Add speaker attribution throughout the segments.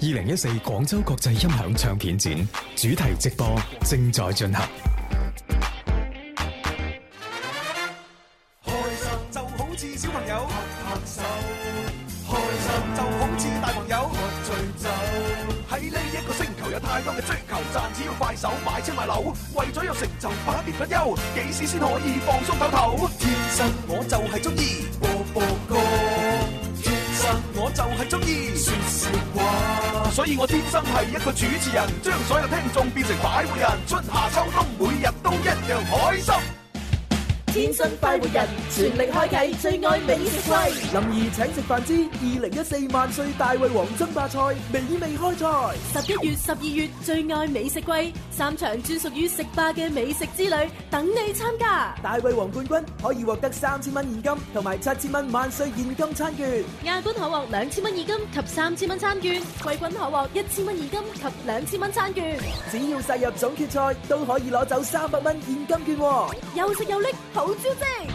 Speaker 1: 二零一四廣州國際音響唱片展主題直播正在進行。
Speaker 2: 開心就好似小朋友拍拍手，開心就好似大朋友喝醉酒。喺呢一個星球有太多嘅追求，賺錢要快手，買車買樓，為咗有成就百變不休，幾時先可以放鬆唞唞？天生我就係中意播播歌，天生我就係中意説笑話，所以我天生係一個主持人，將所有聽眾變成擺渡人，春夏秋冬每日都一樣開心。
Speaker 3: 天生快活人，全力開啟最愛美食季。
Speaker 4: 林兒請食飯之二零一四萬歲大胃王爭霸賽美味開賽，
Speaker 5: 十一月、十二月最愛美食季，三場專屬於食霸嘅美食之旅等你參加。
Speaker 4: 大胃王冠軍可以獲得三千蚊現金同埋七千蚊萬歲現金餐券。
Speaker 5: 亞軍可獲兩千蚊現金及三千蚊餐券，季軍可獲一千蚊現金及兩千蚊餐券。
Speaker 4: 只要殺入總決賽，都可以攞走三百蚊現金券喎。
Speaker 5: 又食又拎，好招積！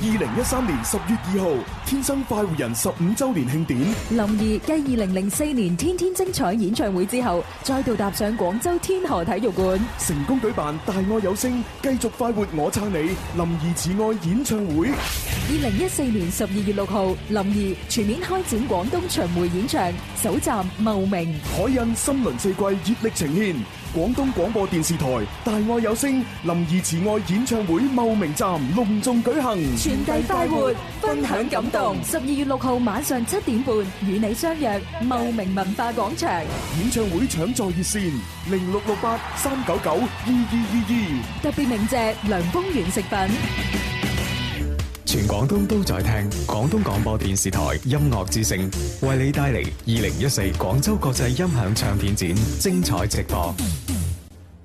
Speaker 6: 二零一三年十月二號，天生快活人十五周年慶典，
Speaker 7: 林怡繼二零零四年天天精彩演唱會之後，再度踏上廣州天河體育館，
Speaker 6: 成功舉辦《大愛有聲》，繼續快活我撐你林怡慈愛演唱會。
Speaker 7: 二零一四年十二月六號，林怡全面開展廣東巡迴演唱，首站茂名。
Speaker 6: 海印新輪四季熱力呈現，廣東廣播電視台《大愛有聲》林怡慈愛演唱會茂名站隆重舉行，
Speaker 7: 傳遞快活，分享感動。十二月六號晚上七點半，與你相約茂名文化廣場。
Speaker 6: 演唱會搶座熱線零六六八三九九二二
Speaker 7: E
Speaker 6: 二
Speaker 7: 二。特別鳴謝涼風園食品。
Speaker 1: 全廣東都在聽廣東廣播電視台音樂之聲，為你帶嚟二零一四廣州國際音響唱片展精彩直播。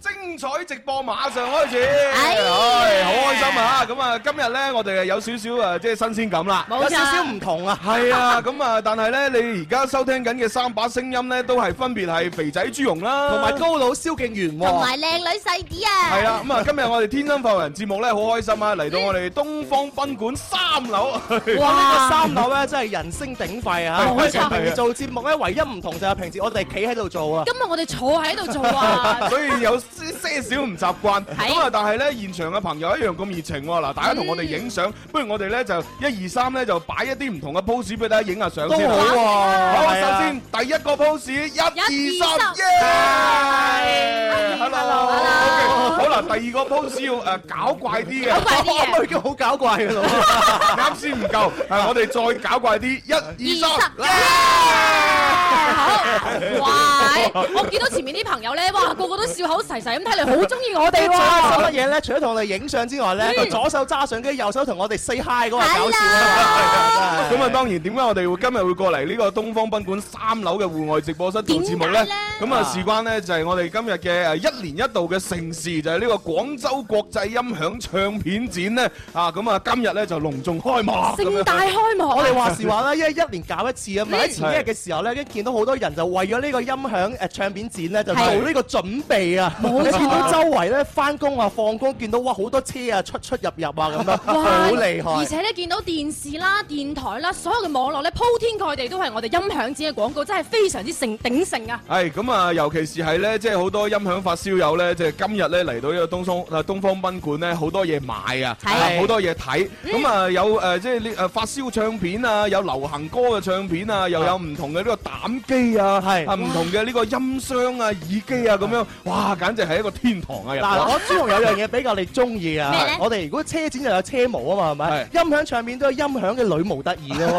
Speaker 2: 精彩直播馬上開始，
Speaker 8: 哎
Speaker 2: 唉，好開心啊！咁啊，今日咧我哋有少少誒，即係新鮮感啦，
Speaker 9: 有少少唔同啊。
Speaker 2: 係啊，咁啊，但係咧，你而家收聽緊嘅三把聲音咧，都係分別係肥仔朱容啦，
Speaker 9: 同埋高佬蕭敬元喎，
Speaker 8: 同埋靚女細啲啊。
Speaker 2: 係啊，咁啊，今日我哋天生快活人節目咧，好開心啊！嚟到我哋東方賓館三樓，
Speaker 9: 哇！三樓咧真係人聲鼎沸啊！
Speaker 2: 冇錯，
Speaker 9: 平時做節目咧，唯一唔同就係平時我哋企喺度做啊。
Speaker 8: 今日我哋坐喺度 做啊，
Speaker 2: 所以有些少唔習慣。咁啊，但係咧現場嘅朋友一樣咁熱情喎。嗱，大家同我哋影相，不如我哋咧就一二三咧就擺一啲唔同嘅 pose 俾大家影下相先。
Speaker 9: 都好喎。
Speaker 2: 好，啊首先第一個 pose，一二三，耶！Hello，好啦，第二個 pose 要誒搞怪啲啊嘅，
Speaker 8: 搞怪啲嘅
Speaker 9: 我已經好搞怪嘅咯。
Speaker 2: 啱先唔夠，係我哋再搞怪啲，一二三，
Speaker 5: 哎
Speaker 2: 耶！
Speaker 8: 好，喂，我見到前面啲朋友咧，哇，個個都笑口噬噬咁，睇嚟好中意我
Speaker 9: 最
Speaker 8: 哋
Speaker 9: 開心乜
Speaker 8: 喎。嗯
Speaker 9: 嘢咧？除咗同我哋影相之外咧，佢左手揸相機，右手同我哋 say hi 嗰個搞笑啊！
Speaker 2: 咁啊，當然點解我哋會今日會過嚟呢個東方賓館三樓嘅戶外直播室做節目呢
Speaker 8: 點解？呢
Speaker 2: 咁啊，事關呢，就係我哋今日嘅誒一年一度嘅盛事，就係呢個廣州國際音響唱片展呢。啊，咁啊，今日呢，就隆重開幕啦咁
Speaker 8: 盛
Speaker 2: 樣
Speaker 8: 大開幕啊，嗯
Speaker 9: 我哋話時話啦，因為一年搞一次啊嘛。喺前幾日嘅時候咧，已經見到好多人就為咗呢個音響誒唱片展咧，就做呢個準備啊。你見到周圍咧翻工啊、放工，見到哇好多車啊出出入入啊咁樣，好厲害啊
Speaker 8: 而。且咧見到電視啦、電台啦，所有嘅網絡咧鋪天蓋地都係我哋音響展嘅廣告，真係非常之盛鼎盛啊！
Speaker 2: 係咁啊，尤其是係咧，即係好多音響發燒友咧，即係今日咧嚟到呢個東方啊東方賓館咧，好多嘢買啊，啊好多嘢睇。咁啊有誒即係呢誒發燒唱片啊，有流行歌嘅唱片啊，又有唔同嘅呢個膽機啊，
Speaker 9: 係
Speaker 2: 啊唔同嘅呢個音箱啊、耳機啊咁樣，哇！簡直係一個天堂啊！入
Speaker 9: 嗱，
Speaker 2: 到
Speaker 9: 我朱紅有樣嘢比較你中意啊！我哋如果車展就有車模啊嘛，係咪？音響唱片都有音響嘅女模特兒 嘅喎，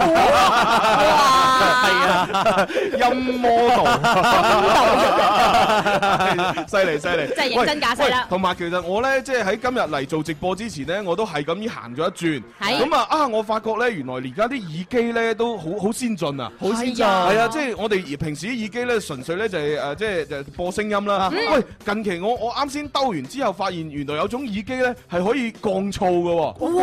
Speaker 9: 係啊，
Speaker 2: 音 model，犀利犀利，
Speaker 8: 真係認真假細啦
Speaker 2: 喂喂同埋其實我咧，即係喺今日嚟做直播之前咧，我都係咁樣行咗一轉。
Speaker 8: 係
Speaker 2: 咁啊啊！我發覺咧，原來而家啲耳機咧都好好先進啊！
Speaker 9: 好先進，
Speaker 2: 係啊，即係我哋平時啲耳機咧，純粹咧就係誒，即係就係播聲音啦。喂，近期我我啱先兜完之後，發現原來有種耳機咧係可以降噪嘅喎。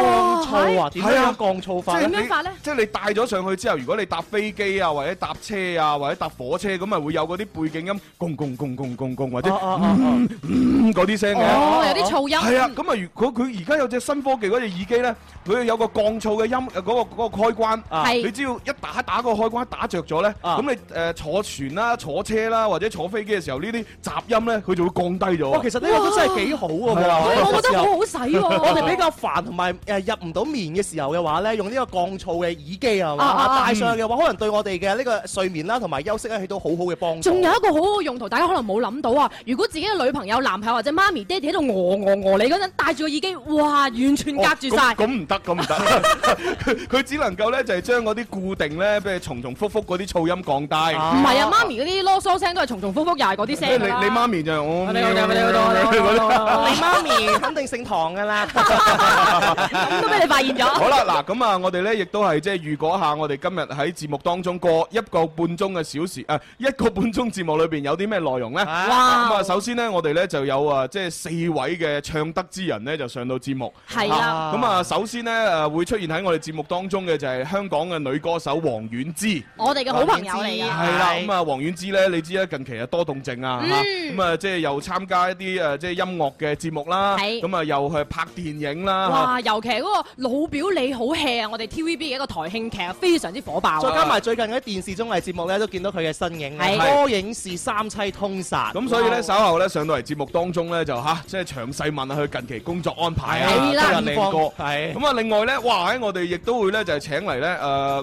Speaker 9: 降噪啊，點樣降噪
Speaker 2: 即
Speaker 9: 法
Speaker 2: 係
Speaker 9: 咧
Speaker 2: 你？
Speaker 8: 點樣發咧
Speaker 2: 即係你帶咗上去之後，如果你搭飛機機啊，或者搭車啊，或者搭火車咁，咪會有嗰啲背景音，公公公公公公或者嗯嗯嗰啲聲嘅。
Speaker 8: 哦有啲噪音
Speaker 2: 係啊，咁啊，如果佢而家有隻新科技嗰隻耳機咧，佢有個降噪嘅音，嗰個嗰個開關，
Speaker 8: 係
Speaker 2: 你只要一打打個開關打着咗咧，咁你誒坐船啦、坐車啦或者坐飛機嘅時候，呢啲雜音咧，佢就會降低咗。
Speaker 9: 哇，其實呢個都真係幾好喎，
Speaker 2: 係啊
Speaker 9: 我覺得好好
Speaker 8: 使
Speaker 2: 喎
Speaker 9: 我哋比較煩同埋誒入唔到眠嘅時候嘅話咧，用呢個降噪嘅耳機啊
Speaker 8: 啊啊啊
Speaker 9: 嘛，戴上嘅話，可能對我哋嘅呢個睡眠啊啦同埋休息咧起到好好嘅幫助。
Speaker 8: 仲有一個好好嘅用途，大家可能冇諗到啊！如果自己嘅女朋友、男朋友或者媽咪、爹哋喺度餓餓餓你嗰陣，戴住個耳機，哇，完全隔住晒
Speaker 2: 哦咁。咁唔得，咁唔 得，佢佢只能夠咧就係將嗰啲固定咧，譬如重重複複嗰啲噪音降低。
Speaker 8: 唔係啊，媽咪嗰啲囉嗦聲都係重重複複，又係嗰啲
Speaker 2: 即係
Speaker 8: 聲
Speaker 2: 你
Speaker 8: 㗎啦哦
Speaker 2: 你媽咪就係我。
Speaker 8: 我哋我哋我哋我哋我哋我哋
Speaker 9: 你媽咪肯定姓唐㗎啦，
Speaker 8: 咁都俾你發現咗。
Speaker 2: 好啦，嗱咁啊，我哋咧亦都係即係預果下，我哋今日喺節目當中過一個半鐘嘅小時，誒一個半鐘節目裏邊有啲咩內容咧？
Speaker 8: 哇
Speaker 2: 咁啊，首先咧，我哋咧就有啊，即係四位嘅唱得之人咧就上到節目。
Speaker 8: 係啦
Speaker 2: 咁啊，首先咧誒會出現喺我哋節目當中嘅就係香港嘅女歌手黃婉之。
Speaker 8: 我哋嘅好朋友嚟㗎。
Speaker 2: 係啦，咁啊，黃婉之咧，你知啦，近期啊多動靜啊，
Speaker 8: 嗯
Speaker 2: 嚇咁啊，即係又參加一啲誒即係音樂嘅節目啦，
Speaker 8: 係
Speaker 2: 咁啊又去拍電影
Speaker 8: 哇！
Speaker 2: 啦，
Speaker 8: 尤其係嗰個老表你好 hea 啊，我哋 TVB 嘅一個台慶劇啊，非常之火爆。
Speaker 9: 再加埋最近嗰啲電視綜藝節目咧，都見到佢嘅身影啦。
Speaker 8: 係
Speaker 9: 歌影視三妻通殺。
Speaker 2: 嚇咁所以咧，稍後咧上到嚟節目當中咧，就嚇即係詳細問下佢近期工作安排啊，
Speaker 9: 係啦
Speaker 2: 都有靚歌，
Speaker 9: 係
Speaker 2: 咁啊，另外咧，哇！喺我哋亦都會咧就係請嚟咧誒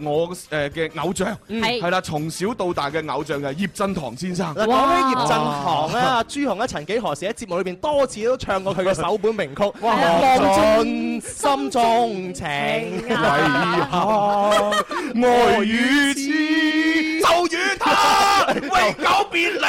Speaker 2: 我誒嘅偶像，
Speaker 9: 嗯係
Speaker 2: 係啦，從小到大嘅偶像嘅葉振棠先生。
Speaker 9: 嗱講起葉振棠咧，阿朱紅咧曾幾何時喺節目裏邊多次都唱過佢嘅首本名曲《
Speaker 2: 哇
Speaker 9: 望盡心中情》。
Speaker 2: 為何愛與痴，就與他為久別離。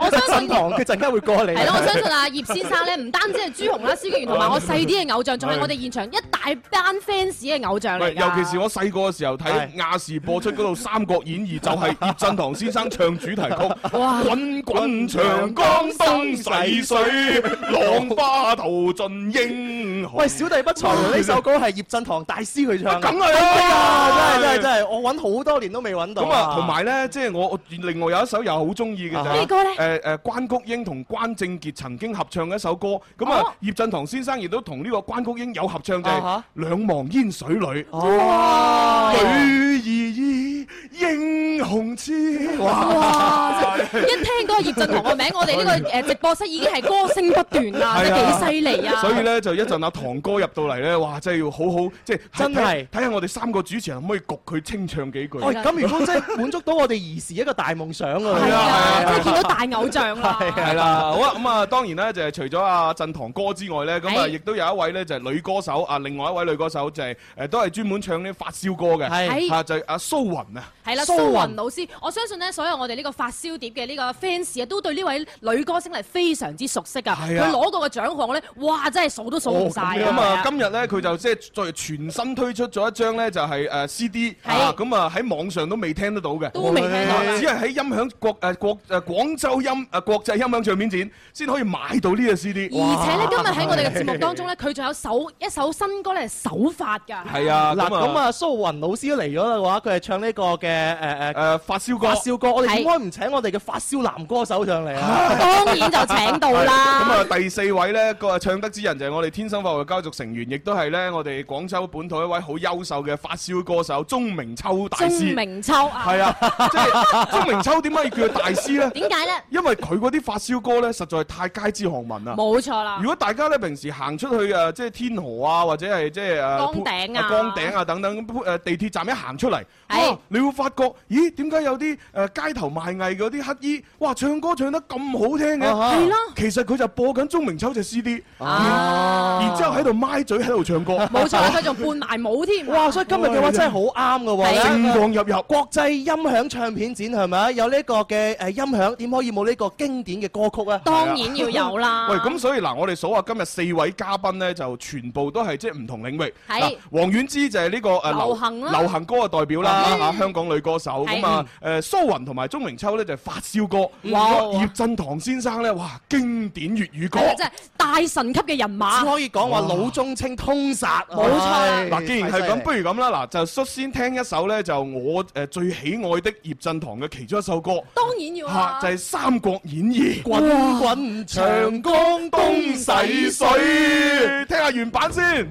Speaker 8: 我相信
Speaker 9: 唐佢陣間會過嚟。
Speaker 8: 係咯，我相信啊葉先生咧，唔單止係朱紅啦、蕭敬元同埋我細啲嘅偶像，仲係我哋現場一大班 fans 嘅偶像嚟
Speaker 2: 喂，尤
Speaker 8: 㗎。
Speaker 2: 其是我細個嘅時候睇亞視播出嗰度《三國演義》，就係葉振棠先生唱主題曲，
Speaker 8: 哇
Speaker 2: 滾滾長江東逝水，浪花淘盡英雄。
Speaker 9: 喂，小弟不才呢首歌係葉振棠大師佢唱嘅。
Speaker 2: 梗係啦
Speaker 9: 哎呀真係真係真係，我揾好多年都未揾到。
Speaker 2: 咁啊，同埋咧，即係我我另外有一首又好中意嘅就係
Speaker 9: 咩歌呢
Speaker 2: 誒誒，關菊英同關正傑曾經合唱嘅一首歌。咁啊，葉振棠先生亦都同呢個關菊英有合唱，就係
Speaker 9: 啊
Speaker 2: 《
Speaker 9: 哈
Speaker 2: 兩忘煙水裏》。
Speaker 9: 哇
Speaker 2: 女兒已英雄痴。
Speaker 8: 哇！一聽到葉振棠個名，我哋呢個呃誒直播室已經係歌聲不斷啦，真係幾犀利啊！
Speaker 2: 啊所以咧，就一陣阿唐哥入到嚟咧，哇！真係要好好，即係
Speaker 9: 真係
Speaker 2: 睇睇下我哋三個主持人可唔可以焗佢清唱幾句。
Speaker 9: 喂，咁如果真係滿足到我哋兒時一個大夢想啊！
Speaker 2: 係啊
Speaker 8: 真係見到大偶像啦。
Speaker 2: 系啦，好啊，咁啊，當然咧就係除咗阿振棠哥之外咧，咁啊
Speaker 8: 係
Speaker 2: 亦都有一位咧就係女歌手啊，另外一位女歌手就係誒都係專門唱啲發燒歌嘅，
Speaker 8: 係
Speaker 2: 啊就係阿蘇雲啊，
Speaker 8: 係啦，蘇雲老師，我相信咧，所有我哋呢個發燒碟嘅呢個 fans 啊，都對呢位女歌星係非常之熟悉噶。
Speaker 2: 係啊
Speaker 8: 佢攞過嘅獎項咧，哇，真係數都數唔晒啊！
Speaker 2: 咁啊，今日咧佢就即係再全新推出咗一張咧就係誒 CD 啊，咁啊喺網上都未聽得到嘅，
Speaker 8: 都未聽到
Speaker 2: 啊
Speaker 8: 嘅
Speaker 2: 只係喺音響國誒國誒廣州音誒國際音響唱片展先可以買到呢個 CD。
Speaker 8: 而且咧，今日喺我哋嘅節目當中咧，佢仲有首一首新歌咧，係首發㗎。
Speaker 2: 係啊，
Speaker 9: 嗱咁啊，蘇雲老師都嚟咗啦嘅話，佢係唱呢個嘅誒誒
Speaker 2: 誒發燒歌
Speaker 9: 發燒歌，我哋
Speaker 8: 係
Speaker 9: 點解唔請我哋嘅發燒男歌手上嚟啊？
Speaker 8: 當然就請到
Speaker 2: 咁
Speaker 8: 啦。
Speaker 2: 啊，第四位咧個唱得之人就係我哋天生發育家族成員，亦都係咧我哋廣州本土一位好優秀嘅發燒歌手鐘明秋大
Speaker 8: 鍾
Speaker 2: 師。
Speaker 8: 明秋啊，
Speaker 2: 係 啊，即係鐘明秋點解要叫佢大師咧？
Speaker 8: 點解咧？
Speaker 2: 因為佢嗰啲發燒歌咧，實在太街知巷聞啦。啊
Speaker 8: 冇錯啦
Speaker 2: 如。果大家咧平時行出去誒，即係天河啊，或者係即係誒
Speaker 8: 崗頂啊哎
Speaker 2: 江頂啊等等誒地鐵站一行出嚟，
Speaker 8: 係
Speaker 2: 哇！你會發覺，咦？點解有啲誒街頭賣藝嗰啲乞衣，哇！唱歌唱得咁好聽嘅，
Speaker 8: 哦
Speaker 9: 啊哈
Speaker 8: 係啦
Speaker 2: 其實佢就播緊鐘明秋隻 CD，
Speaker 8: 啊，
Speaker 2: 然之後喺度咪嘴喺度唱歌，
Speaker 8: 冇錯啦，佢仲伴埋舞添。
Speaker 9: 哇！所以今日嘅話真係好啱嘅
Speaker 8: 係
Speaker 9: 喎，
Speaker 8: 啊
Speaker 2: 星光熠熠。
Speaker 9: 國際音響唱片展係咪啊？有呢個嘅誒音響，點可以冇呢個經典嘅歌曲啊？
Speaker 8: 當然要有啦。
Speaker 2: 喂，咁所以嗱，我哋數下今日四位嘉賓咧，就全部都係即係唔同領域。
Speaker 8: 係
Speaker 2: 嗱，黃婉之就係呢個呃誒
Speaker 8: 流行啦嗯
Speaker 2: 流行歌嘅代表啦，嚇香港女歌手啊呃
Speaker 8: 係嗯
Speaker 2: 咁啊，誒蘇雲同埋鐘明秋咧就係發笑歌，
Speaker 8: 哇
Speaker 2: 葉振棠先生咧，哇，經典粵語歌
Speaker 8: 係。啦啊真係大神級嘅人馬，
Speaker 2: 只可以講話老
Speaker 9: 中青通殺，
Speaker 8: 冇錯啦。
Speaker 2: 嗱，既啊然係咁，不如咁啦，嗱，就率先聽一首咧，就我誒最喜愛的葉振棠嘅其中一首歌，
Speaker 8: 當然要
Speaker 2: 嚇
Speaker 8: 啊
Speaker 2: 就係《三國演義》。
Speaker 9: 滾滾長江東逝水，
Speaker 2: 聽下原版先。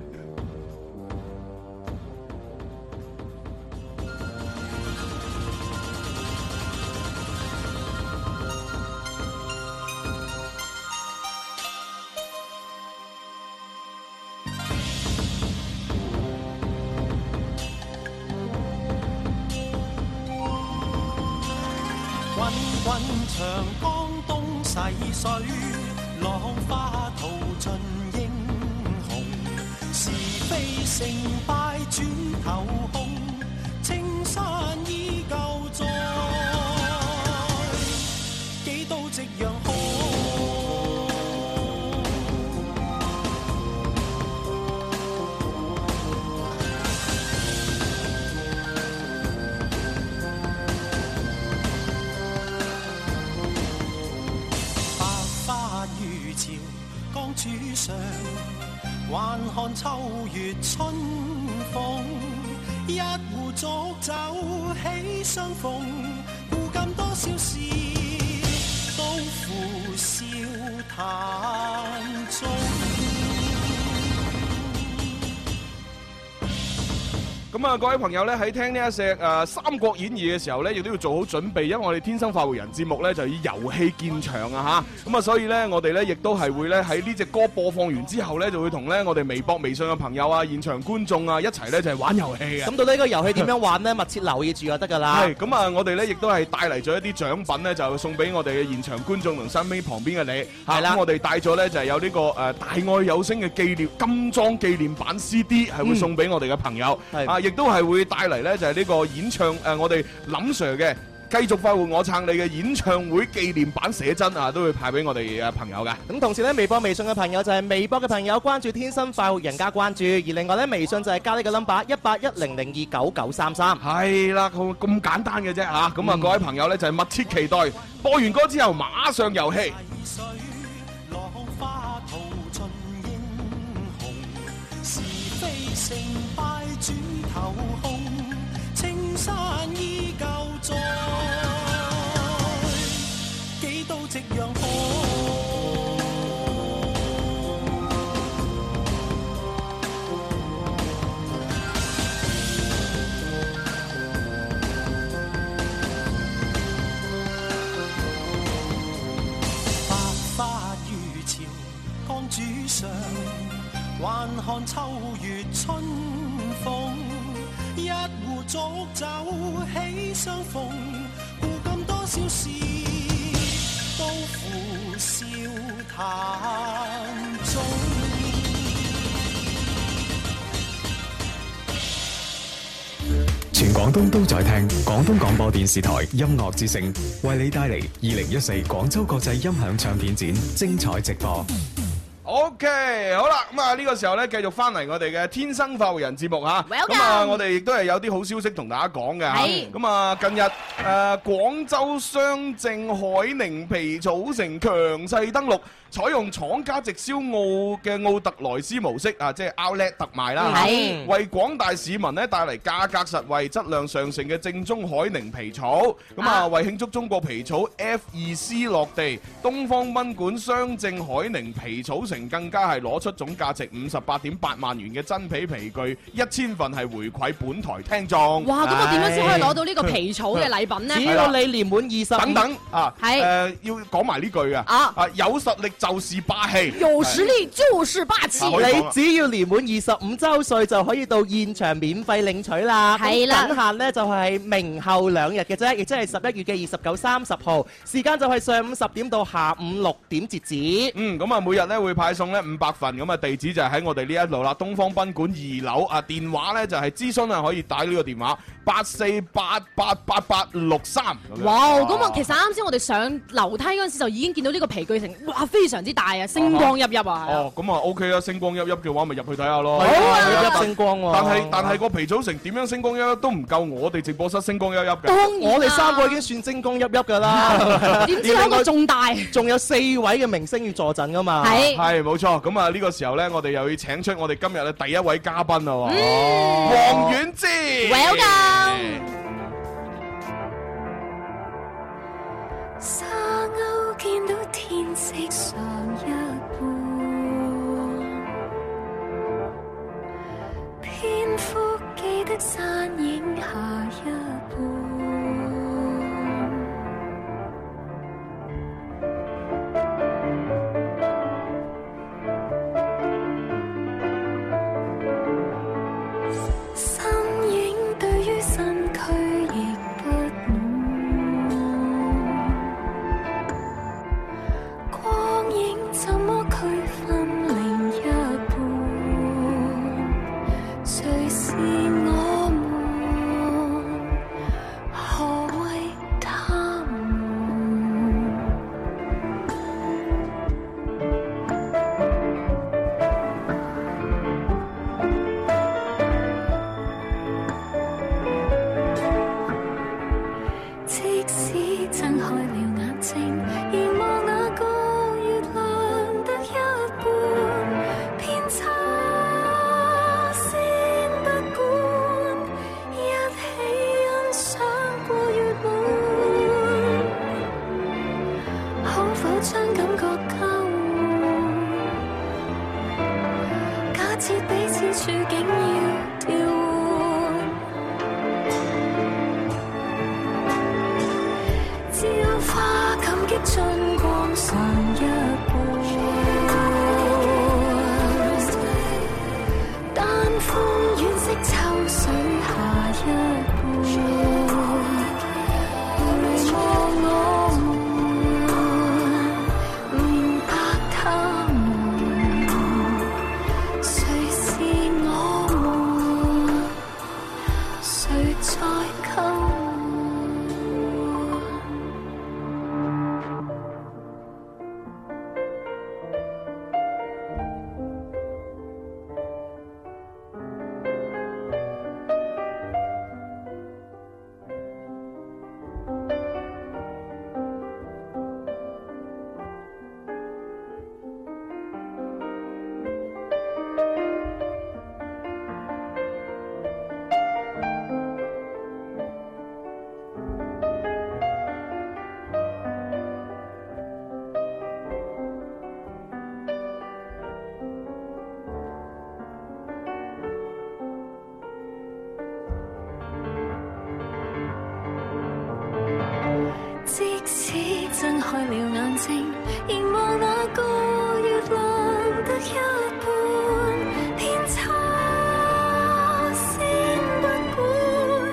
Speaker 4: 滾滾長江東逝水，浪花淘盡英雄。是非成敗轉頭空，青山依舊在，幾度夕陽紅。百花如潮，江渚上，還看秋月春風。一壺浊酒喜相逢，顧今多少事，都付笑談中。
Speaker 2: 咁啊，各位朋友咧喺聽呢一隻誒《三國演義》嘅時候咧，亦都要做好準備，因為我哋天生快活人節目咧就以遊戲見長啊吓，咁啊，所以咧我哋咧亦都係會咧喺呢只歌播放完之後咧，就會同咧我哋微博、微信嘅朋友啊、現場觀眾啊一齊咧就係玩遊戲嘅。
Speaker 9: 咁到底呢個遊戲點樣玩呢？密切留意住就得㗎啦。
Speaker 2: 係咁啊！我哋咧亦都係帶嚟咗一啲獎品咧，就送俾我哋嘅現場觀眾同身邊旁邊嘅你。係啦，咁我哋帶咗咧就係有呢個誒大愛有聲嘅紀念金裝紀念版 CD，係會送俾我哋嘅朋友。
Speaker 9: 係
Speaker 2: 啊，亦都係會帶嚟咧就係呢個演唱誒我哋林 Sir 嘅。繼續快活我撐你嘅演唱會紀念版寫真啊，都會派俾我哋嘅朋友㗎。
Speaker 9: 咁同時咧，微博、微信嘅朋友就係微博嘅朋友關注天生快活人家關注，而另外咧微信就係加呢個 number 一八一零零二九九三三。
Speaker 2: 係啦，咁咁簡單嘅啫嚇。咁啊，各位朋友咧就係密切期待播完歌之後馬上遊戲。
Speaker 4: 水浪花淘盡英雄，是非成敗轉頭空，青山依舊在，幾度夕陽紅。百花如潮，江渚上，還看秋月春風。一壺浊酒喜相逢，顧今多少事，都付笑談中。
Speaker 1: 全廣東都在聽廣東廣播電視台音樂之聲，為你帶嚟二零一四廣州國際音響唱片展精彩直播。
Speaker 2: OK，好啦，咁啊呢個時候咧，繼續翻嚟我哋嘅天生快活人節目嚇。
Speaker 8: Welcome
Speaker 2: 咁啊，我哋亦都係有啲好消息同大家講嘅嚇
Speaker 8: 係
Speaker 2: 咁啊，近日誒、呃、廣州商政海寧皮草城強勢登陸，採用廠家直銷澳嘅奧特萊斯模式啊，即係 Outlet 特
Speaker 8: 嗯
Speaker 2: 賣啦嚇。
Speaker 9: 係
Speaker 2: 為廣大市民咧帶嚟價格實惠、質量上乘嘅正宗海寧皮草。咁啊，為慶祝中國皮草 F 二 C 落地，東方賓館雙正海寧皮草城更加係攞出總價值五十八點八萬元嘅真皮皮具，一千份係回饋本台聽眾。
Speaker 8: 哇！咁我點樣先可以攞到呢個皮草嘅禮品呢？
Speaker 2: 只要
Speaker 9: 你年滿二十
Speaker 2: 嗯等等啊，
Speaker 8: 係
Speaker 2: 誒要講埋呢句啊，
Speaker 8: 啊
Speaker 2: 啊有實力就是霸啊氣，
Speaker 8: 有實力就是霸氣。
Speaker 9: 你只要年滿二十五周歲就可以到現場免費領取啦。咁
Speaker 8: 係啦
Speaker 9: 等下呢就係明後兩日嘅啫，亦即係十一月嘅二十九、三十號，時間就係上午十點到下午六點截止。
Speaker 2: 嗯，咁啊每日咧會派派送呢五百份，咁啊地址就係喺我哋呢一度啦，東方賓館二樓啊，電話呢就係諮詢啊，可以打呢個電話八四八八八八六三。咁樣
Speaker 8: 哇！咁啊，其實啱先我哋上樓梯嗰陣時就已經見到呢個皮具城，哇，非常之大啊，星光熠熠啊！係啊
Speaker 2: 哦，咁啊 OK 啊，星光熠熠嘅話，咪入去睇下咯。
Speaker 9: 係啊
Speaker 2: 係
Speaker 9: 入
Speaker 2: 但
Speaker 9: 星光喎
Speaker 2: 但係但係個皮草城點樣星光熠熠都唔夠我哋直播室星光熠熠嘅。
Speaker 9: 我哋三個已經算精光熠熠㗎啦，
Speaker 2: 點知有一個
Speaker 8: 仲大，
Speaker 9: 仲有四位嘅明星要坐陣㗎嘛，
Speaker 2: 係冇錯。咁啊呢個時候咧，我哋又要請出我哋今日嘅第一位嘉賓啦喎，
Speaker 9: 嗯
Speaker 2: 黃婉之。
Speaker 10: Welcome 沙鸥見到天色上一半，蝙蝠記得山影下一半。身影對於身軀亦不滿，光影怎麼區分另一半？誰是我們？何謂他們？即使睜開了眼睛，凝望那個月亮得一半，偏差先不管，一起欣賞過月滿，可否將感覺交換？假設彼此處境要調換。朝花感激春光上一半，丹風遠色秋水下一半，回望我們，明白他們，誰是我們，誰在救我？即使睜開了眼睛，凝望那個月亮得一半，偏差先不管，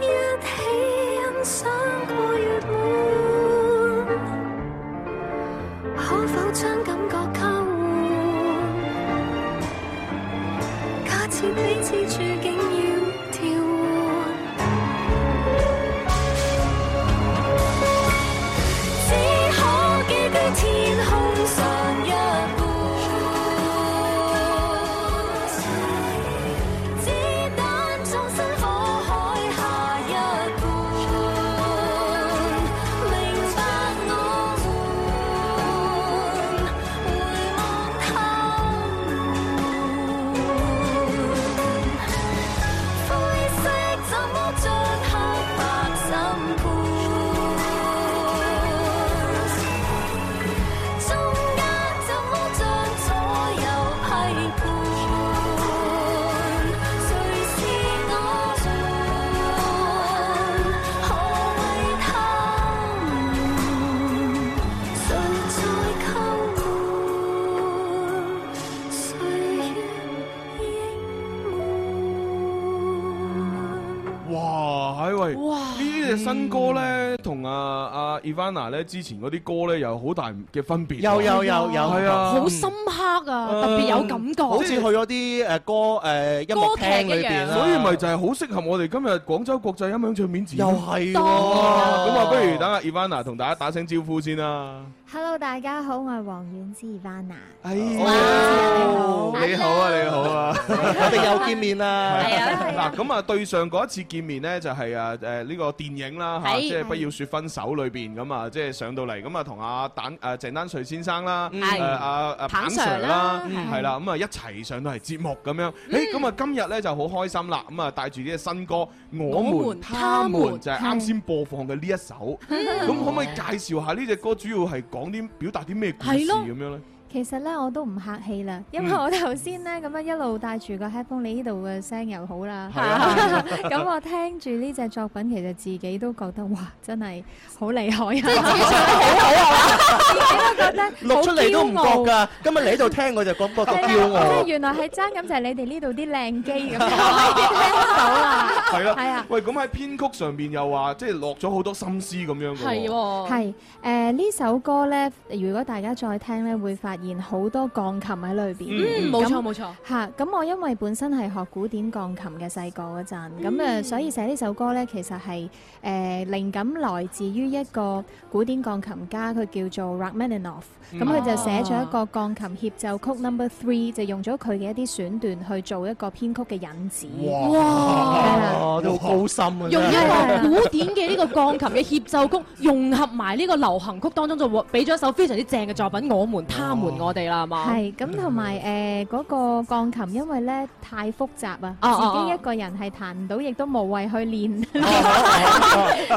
Speaker 10: 一起欣賞過月滿，可否將感覺交換？假設彼此處境要調換。只可
Speaker 2: 哎新歌咧，同啊阿 Ivana 咧之前嗰啲歌咧，有好大嘅分別。
Speaker 9: 有有有有
Speaker 2: 係啊，
Speaker 8: 好深刻啊，
Speaker 2: 嗯
Speaker 8: 特別有感覺。
Speaker 9: 好似去咗啲誒歌呃誒音樂廳裏邊啦，
Speaker 2: 所以咪就係好適合我哋今日廣州國際音響唱片展。
Speaker 9: 又係喎
Speaker 2: 咁啊，不如等阿 Ivana 同大家打聲招呼先啦。
Speaker 11: Hello，大家好，我係黃遠之 Ivana。
Speaker 2: 哎
Speaker 11: 呀
Speaker 2: 你好啊，你好啊，我
Speaker 9: 哋又見面啦。
Speaker 2: 係啊，嗱咁啊，對上嗰一次見面咧，就係啊誒呢個電影啦嚇，
Speaker 9: 係
Speaker 2: 即係不要説分手裏邊咁啊，即係上到嚟咁啊，同阿蛋誒鄭丹瑞先生啦，
Speaker 9: 係
Speaker 2: 誒阿阿
Speaker 9: 彭
Speaker 2: 嗯彭
Speaker 9: Sir
Speaker 2: Sir 啦
Speaker 9: 啦，
Speaker 2: 係啦，咁啊一齊上到嚟節目咁樣。誒咁啊，今日咧就好開心啦，咁啊帶住呢個新歌《我們他們》就係嗯啱先播放嘅呢一首。咁可唔可以介紹下呢只歌主要係講啲表達啲咩故事
Speaker 11: 係咯
Speaker 2: 咁樣咧？
Speaker 11: 其實咧我都唔客氣啦，因為
Speaker 2: 嗯
Speaker 11: 我頭先咧咁樣一路戴住個 headphone，你呢度嘅聲又好啦。
Speaker 2: 係啊
Speaker 11: 咁我聽住呢隻作品，其實自己都覺得哇，真係好厲害 啊！
Speaker 9: 錄出嚟都唔覺㗎，今日你喺度聽我就覺覺得驕傲
Speaker 11: 即係。原來係爭咁就係你哋呢度啲靚機咁，聽 到啦。
Speaker 2: 係啦，
Speaker 11: 係啊
Speaker 2: 喂，咁喺編曲上面又話即係落咗好多心思咁樣嘅喎。
Speaker 11: 係誒呢首歌咧，如果大家再聽咧，會發現好多鋼琴喺裏邊。
Speaker 8: 嗯冇錯
Speaker 11: 咁
Speaker 8: 冇錯
Speaker 11: 嚇，咁我因為本身係學古典鋼琴嘅細個嗰陣，咁誒
Speaker 8: 嗯
Speaker 11: 所以寫呢首歌咧，其實係誒靈感來自於一個古典鋼琴家，佢叫做 Rachmaninoff。咁
Speaker 2: 嗯
Speaker 11: 佢就寫咗一個鋼琴協奏曲 Number Three，就用咗佢嘅一啲選段去做一個編曲嘅引子。
Speaker 9: 哇！都好高深啊！
Speaker 8: 用
Speaker 9: 真
Speaker 8: 一
Speaker 9: 係
Speaker 8: 個古典嘅呢個鋼琴嘅協奏曲，融合埋呢個流行曲當中，就俾咗一首非常之正嘅作品《我們他們我哋》啦，係嘛？
Speaker 11: 係咁，同埋誒嗰個鋼琴，因為咧太複雜啊，
Speaker 8: 哦哦
Speaker 11: 自己一個人係彈唔到，亦都無謂去練，
Speaker 8: 哦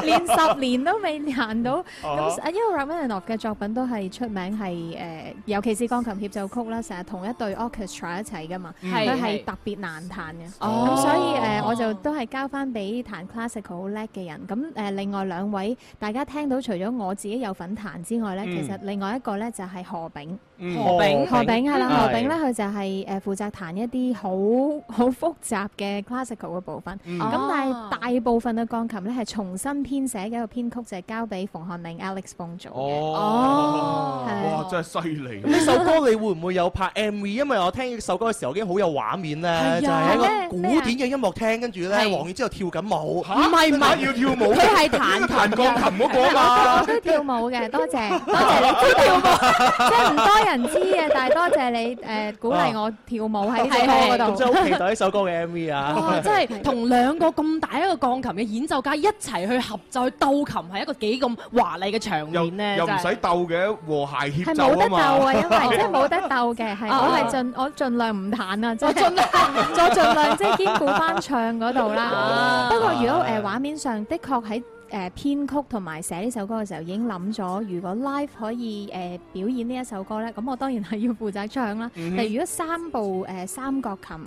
Speaker 11: 練十年都未彈到。
Speaker 10: 哦
Speaker 11: 咁啊因為 Rachmaninoff 嘅作品都係出名係誒，尤其是鋼琴協奏曲啦，成日同一隊 orchestra 一齊噶嘛，
Speaker 10: 嗯
Speaker 11: 佢
Speaker 10: 係
Speaker 11: 係特別難彈嘅。
Speaker 10: 哦
Speaker 11: 咁所以誒，我就都係交翻俾彈 classical 好叻嘅人。咁誒，另外兩位大家聽到，除咗我自己有份彈之外咧，
Speaker 10: 嗯
Speaker 11: 其實另外一個咧就係何炳。
Speaker 10: 嗯
Speaker 11: 何炳，
Speaker 10: 何
Speaker 11: 何
Speaker 10: 炳
Speaker 11: 炳係啦，
Speaker 10: 係
Speaker 11: 何炳咧，佢就係誒負責彈一啲好 好複雜嘅 classical 嘅部分。
Speaker 10: 嗯
Speaker 11: 咁
Speaker 10: 哦
Speaker 11: 但係大部分嘅鋼琴咧係重新編寫嘅一個編曲，就係交俾馮漢寧 Alex 鳳做嘅。
Speaker 2: 哦，
Speaker 11: 係
Speaker 2: 哇，真係犀利！
Speaker 9: 呢首歌你會唔會有拍 MV？因為我聽呢首歌嘅時候已經好有畫面
Speaker 2: 係啊
Speaker 9: 咧，就係喺
Speaker 2: 咩
Speaker 9: 個古典嘅音樂廳，跟住咧
Speaker 2: 係
Speaker 9: 黃宇之後跳緊舞。唔
Speaker 2: 係唔係要跳舞佢係彈琴㗎彈鋼琴嗰個 啊嘛
Speaker 11: 都跳舞嘅，多謝多謝你知跳舞， 即係唔多人知嘅，但係多謝你誒鼓勵
Speaker 8: 啊
Speaker 11: 我跳舞喺呢個歌
Speaker 9: 咁
Speaker 11: 嗰
Speaker 9: 真係好期
Speaker 11: 度。
Speaker 9: 待呢首歌嘅 MV 啊！
Speaker 8: 哇！真哦係同兩個咁大一個鋼琴嘅演奏家一齊去合奏去鬥琴，係一個幾咁華麗嘅場面咧，
Speaker 2: 又唔
Speaker 8: 真
Speaker 2: 使
Speaker 8: 係。
Speaker 2: 鬥嘅，和諧協
Speaker 11: 係
Speaker 2: 奏
Speaker 11: 冇得
Speaker 2: 啊
Speaker 11: 鬥
Speaker 2: 嘛。
Speaker 11: 啊，因為即係冇得鬥嘅，係
Speaker 8: 啊
Speaker 11: 我係盡我盡量唔彈啊，即
Speaker 8: 我
Speaker 11: 係
Speaker 8: 盡量 哦
Speaker 11: 我盡量即係兼顧翻唱嗰度 啦
Speaker 10: 啊。
Speaker 11: 不過如果誒畫面上的確喺誒編曲同埋寫呢首歌嘅時候已經諗咗，如果 live 可以誒表演呢一首歌咧，咁我當然係要負責唱 啦。
Speaker 10: 嗯哼
Speaker 11: 但係如果三部誒三角琴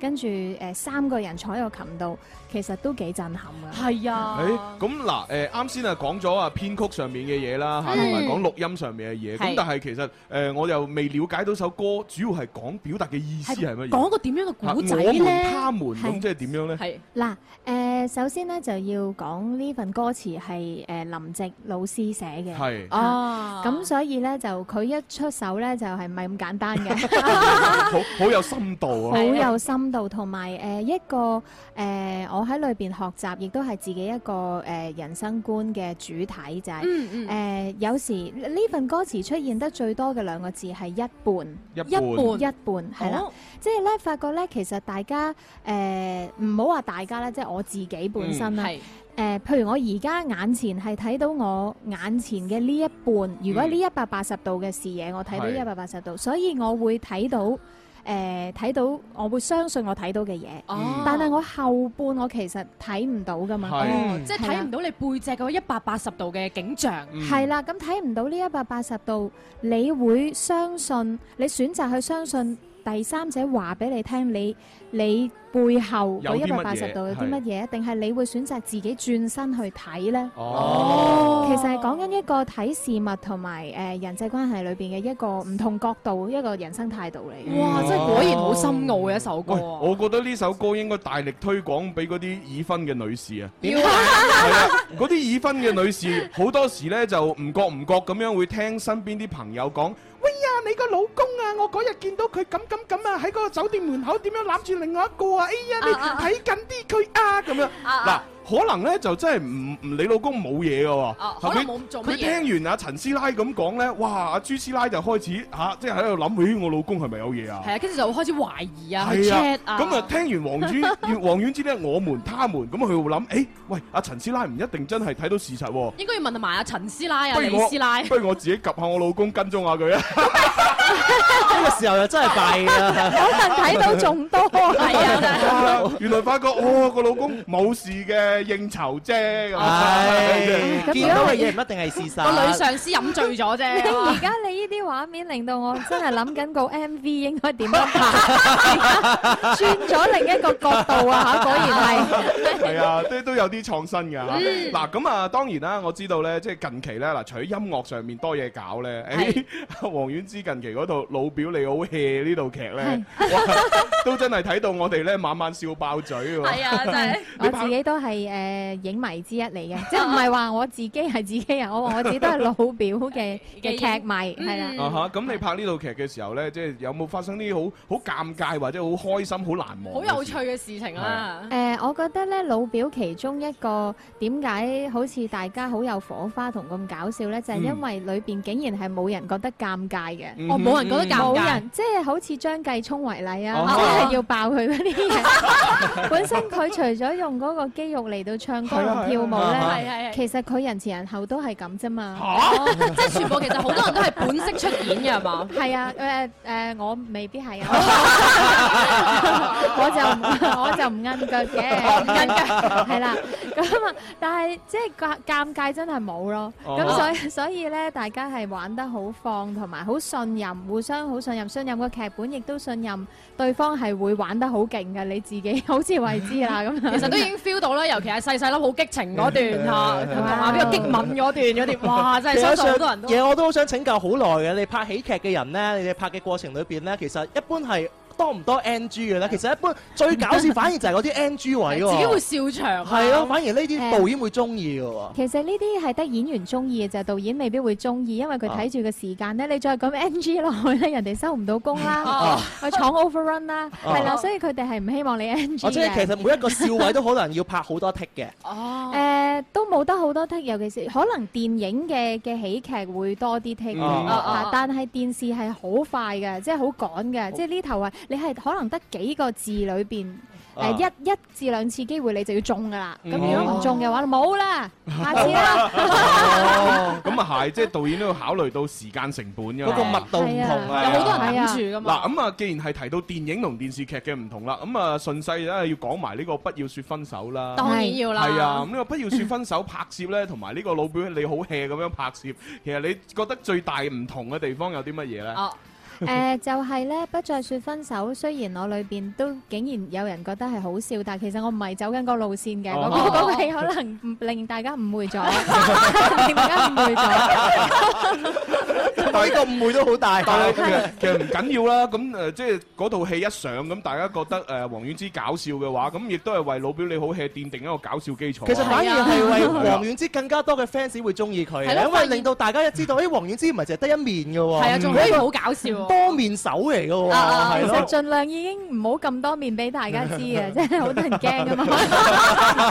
Speaker 11: 跟住誒三個人坐喺個琴度，其實都幾震撼㗎。
Speaker 8: 係啊
Speaker 2: 誒咁嗱誒啱先啊講咗啊編曲上面嘅嘢啦嚇，
Speaker 11: 嗯
Speaker 2: 同埋講錄音上面嘅嘢。咁
Speaker 8: 係
Speaker 2: 但係其實誒我又未了解到首歌主要係講表達嘅意思係乜嘢？
Speaker 8: 講個點樣嘅
Speaker 2: 嚇
Speaker 8: 古仔
Speaker 2: 我們
Speaker 8: 咧？
Speaker 2: 他們咁
Speaker 11: 係
Speaker 2: 即係點樣咧？
Speaker 8: 係
Speaker 11: 嗱，誒、首先咧就要講呢份歌詞係誒、林夕老師寫嘅，
Speaker 10: 係
Speaker 11: 啊咁、所以咧就佢一出手咧就係唔係咁簡單 嘅。
Speaker 2: 好好有深度啊！
Speaker 11: 好有深度，同埋誒一個誒、呃我喺裏邊學習，亦都係自己一個誒、呃人生觀嘅主體，就係、
Speaker 10: 嗯嗯
Speaker 11: 呃有時呢份歌詞出現得最多嘅兩個字係一半，
Speaker 10: 一半一
Speaker 11: 一
Speaker 10: 半
Speaker 11: 半係啦
Speaker 10: 哦，
Speaker 11: 即係咧發覺咧，其實大家誒唔好話大家啦，即係我自己本身啦
Speaker 10: 嗯係。
Speaker 11: 誒、譬如我而家眼前係睇到我眼前嘅呢一半，如果
Speaker 10: 嗯
Speaker 11: 呢一百八十度嘅視野，我睇到
Speaker 10: 係
Speaker 11: 一百八十度，所以我會睇到誒呃睇、到，我會相信我睇到嘅嘢。
Speaker 8: 哦
Speaker 11: 但係我後半我其實睇唔到噶嘛。嗯
Speaker 8: 哦，即係
Speaker 11: 係啦
Speaker 8: 睇唔到你背脊嗰一百八十度嘅景象。
Speaker 11: 係啦，咁睇唔到呢一百八十度，你會相信，你選擇去相信第三者話俾你聽，你你背後
Speaker 12: 有啲
Speaker 11: 嗰一
Speaker 12: 乜嘢
Speaker 11: 百八十度有啲乜嘢，定係你會選擇自己轉身去睇呢？
Speaker 12: 哦
Speaker 11: 其實係講緊一個睇事物同埋誒人際關係裏邊嘅一個唔同角度，一個人生態度嚟嘅。
Speaker 8: 哇！真係果然好深奧嘅一首歌。
Speaker 2: 我覺得呢首歌應該大力推廣俾嗰啲已婚嘅女士啊。啊
Speaker 8: 要
Speaker 2: 嗰啲已婚嘅女士好多時呢就唔覺唔覺咁樣會聽身邊啲朋友講。
Speaker 4: 喂呀，你個老公啊，我嗰日見到佢咁咁咁啊，喺嗰個酒店門口點樣攬住另外一個啊？哎呀，你睇緊啲佢啊咁樣。
Speaker 2: 嗱，可能咧就真係唔唔，你老公冇嘢嘅喎。
Speaker 8: 啊
Speaker 2: 後
Speaker 8: 可能
Speaker 2: 尾
Speaker 8: 冇做乜
Speaker 2: 佢
Speaker 8: 嘢
Speaker 2: 聽完阿陳師奶咁講咧，哇！阿朱師奶就開始嚇，即係喺度諗，咦，我老公係咪有嘢啊？
Speaker 8: 係啊，跟住就開始懷疑啊，去
Speaker 2: 係
Speaker 8: check
Speaker 2: 啊，
Speaker 8: 啊。
Speaker 2: 咁啊，聽完 黃婉黃婉之咧，我們他們咁，佢會諗，誒，喂，阿陳師奶唔一定真係睇到事實喎。
Speaker 8: 應該要問埋阿陳師
Speaker 11: 哎
Speaker 8: 奶啊、
Speaker 2: 不
Speaker 8: 李
Speaker 2: 如我
Speaker 8: 師奶。
Speaker 2: 不如我自己及下我老公跟蹤下佢啊！
Speaker 9: 呢個時候又真係弊啦。
Speaker 11: 可能睇到仲多，係
Speaker 2: 啊！原來發覺哦，個老公冇事嘅，應酬啫咁。啊
Speaker 11: 哎
Speaker 9: 係見到嘅嘢唔一定係事實。
Speaker 8: 個女上司飲醉咗啫。
Speaker 11: 而家你呢啲畫面令到我真係諗緊個 MV 應該點樣 拍，轉咗另一個角度啊！嚇，果然係。
Speaker 2: 係啊，都都有啲創新㗎嚇
Speaker 11: 嗯
Speaker 2: 嗱咁啊，當然啦，我知道咧，即係近期咧嗱，除咗音樂上面多嘢搞咧，誒， 黃婉之近期嗰套《老表你好 hea》呢套劇咧，哇 都真係睇到我哋咧晚晚笑爆嘴喎。
Speaker 11: 係啊真係我自己都係誒影迷之一嚟嘅，即係唔係話我自己係自己人，我話我自己都係老表 嘅嘅劇迷係
Speaker 9: 嗯
Speaker 2: 啊
Speaker 11: 啦。
Speaker 2: 哈！咁你拍呢套劇嘅時候咧，即係有冇發生啲好好尷尬或者好開心、好難忘嘅事？
Speaker 8: 好有趣嘅事情啊啦。
Speaker 11: 誒，我覺得咧老表其中一個點解好似大家好有火花同咁搞笑咧，就係因為裏邊竟然係冇人覺得尷尬嘅。
Speaker 8: 嗯哦冇人覺得尷尬
Speaker 11: 冇人即係好似張繼聰為例啊
Speaker 8: 哦，
Speaker 11: 即係要爆佢嗰啲 嘢。本身佢除咗用嗰個肌肉嚟到唱歌同跳舞
Speaker 8: 係啊係啊係啊係
Speaker 11: 咧
Speaker 8: 啊，
Speaker 11: 其實佢人前人後都係咁啫嘛。
Speaker 8: 哦即係全部其實好多人都係本色出演嘅係嘛？
Speaker 11: 係啊，誒誒，我未必 係啊， 我就唔我就唔摁腳 嘅，唔摁腳係啦。咁啊，但係即係尷尷尬真係冇咯。
Speaker 12: 哦
Speaker 11: 咁所以所以咧，大家係玩得好放，同埋好信任，互相好信任，信任個劇本，亦都信任對方係會玩得好勁嘅。你自己好自為之 啦，咁樣
Speaker 8: 其實都已經 feel 到啦，尤其係細細粒好激情嗰
Speaker 2: 嗯
Speaker 8: 段嚇，同埋邊個激吻嗰段嗰 啲，哇！真係相信好多人都。
Speaker 9: 嘢我都好想請教好耐嘅。你拍喜劇嘅人咧，你哋拍嘅過程裏邊咧，其實一般係多唔多 NG 嘅咧？其實一般 最搞笑反而就係嗰啲 NG 位喎。
Speaker 8: 自己會笑場啊
Speaker 9: 係咯，反而呢啲導演會中意嘅喎。
Speaker 11: 其實呢啲係得演員中意嘅啫，導演未必會中意，因為佢睇住個時間咧，你再咁 NG 落去咧，人哋收唔到工啦
Speaker 9: 啊，
Speaker 11: 我廠 overrun 啦，
Speaker 9: 啊
Speaker 11: 係啦，所以佢哋係唔希望你 NG
Speaker 9: 我即係其實
Speaker 11: 嘅。
Speaker 9: 每一個笑位都可能要拍好多 tick 嘅。
Speaker 11: 誒都冇得好多 take，尤其是可能電影嘅嘅喜劇會多啲 take，
Speaker 12: 嗯啊啊
Speaker 11: 啊
Speaker 12: 啊
Speaker 11: 但係電視係好快嘅，即係好趕嘅，即係呢頭啊，你係可能得幾個字裏邊。
Speaker 12: 啊
Speaker 11: 誒一一至兩次機會你就要中噶啦，咁如果
Speaker 2: 哦
Speaker 11: 唔中嘅話，冇啦， 下 次
Speaker 9: 啊
Speaker 11: 啦。
Speaker 2: 咁啊係，即係導演都要考慮到時間成本㗎嘛
Speaker 9: 嗰個密度唔同啊係啊有好多人等住㗎嘛
Speaker 2: 嗱咁啊，既然係提到電影同電視劇嘅唔同啦，咁啊順勢咧要講埋呢個不要説分手啦。
Speaker 8: 當然要啦
Speaker 2: 係啊，咁呢個不要説分手拍攝咧，同埋呢個老表你好 hea 咁樣拍攝，其實你覺得最大唔同嘅地方有啲乜嘢咧？
Speaker 9: 哦
Speaker 11: 誒、就係咧，不再説分手。雖然我裏邊都竟然有人覺得係好笑，但係其實我唔係走緊個路線嘅。嗰、
Speaker 12: 哦
Speaker 11: 個嗰個戲可能唔令大家誤 會咗， 令大家誤會咗。
Speaker 9: 但係個誤會都 好大。
Speaker 2: 但係其實其實唔緊要啦，咁誒即係嗰套戲一上，咁大家覺得誒黃遠之搞笑嘅話，咁亦都係為老表你好 hea 奠定一個搞笑基礎啊。
Speaker 9: 其實反而 係
Speaker 2: 係
Speaker 9: 為
Speaker 2: 啊
Speaker 9: 黃遠之更加多嘅 fans 會中意佢啊
Speaker 2: 係咯
Speaker 9: 嘅，因為令到大家 知道，誒黃遠之唔係淨係得一面嘅喎，
Speaker 8: 係啊仲可以好搞笑啊喎
Speaker 9: 多面手嚟嘅喎，係
Speaker 11: 其實
Speaker 9: 咯。
Speaker 11: 盡量已經唔好咁多面俾大家知嘅，真係好多人驚啊嘛。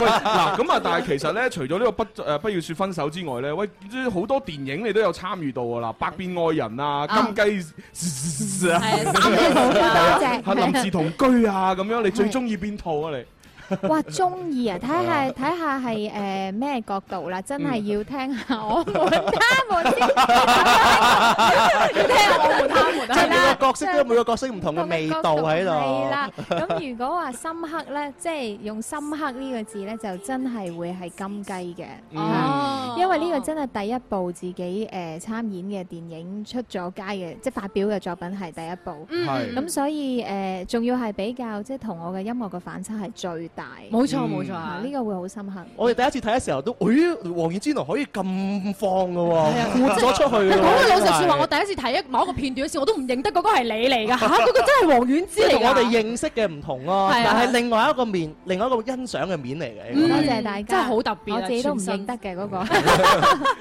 Speaker 2: 喂嗱咁啊， 但係其實咧，除咗呢個不誒不要説分手之外咧，喂好多電影你都有參與到噶啦，《百變愛人》啊，《金雞》啊，
Speaker 12: 三隻手
Speaker 11: 多隻
Speaker 2: 係臨時同居啊，咁樣你最中意邊套啊？你
Speaker 11: 哇，中意啊！睇下睇下係誒咩角度啦，真係要聽下我們他們先。
Speaker 8: 啊
Speaker 9: 即係每個角色都有每個角色唔同嘅味道喺
Speaker 11: 係
Speaker 9: 度
Speaker 11: 啦。，咁如果話深刻咧，即係用深刻呢個字咧，就真係會係金雞嘅。
Speaker 10: 哦
Speaker 11: Ờ. 嗯因為呢個真係第一部自己誒參演嘅電影出咗街嘅，即係發表嘅作品係第一部。
Speaker 10: 嗯係
Speaker 11: 咁所以誒，仲要係比較即係同我嘅音樂嘅反差係最大。
Speaker 9: 冇錯冇錯啊
Speaker 11: 呢個會好深刻。
Speaker 9: 我哋第一次睇嘅時候都，咦，黃燕之奴可以咁放嘅 喎，豁咗出去
Speaker 8: 即
Speaker 9: 喎。
Speaker 8: 係講句老實説話，我
Speaker 9: 真係
Speaker 8: 第一次睇一某一個片段嘅時候，我都唔認得嗰個係你嚟㗎嚇，嗰個真係黃婉
Speaker 9: 即
Speaker 8: 之嚟
Speaker 9: 係同
Speaker 8: 㗎。
Speaker 9: 我哋認識嘅唔同咯，
Speaker 8: 係啊
Speaker 9: 但係另外一個面，另外一個欣賞嘅面嚟嘅。
Speaker 11: 多謝嗯大家，
Speaker 8: 真係好特別啊
Speaker 11: 我自己都唔
Speaker 8: 全身
Speaker 11: 認得嘅嗰個。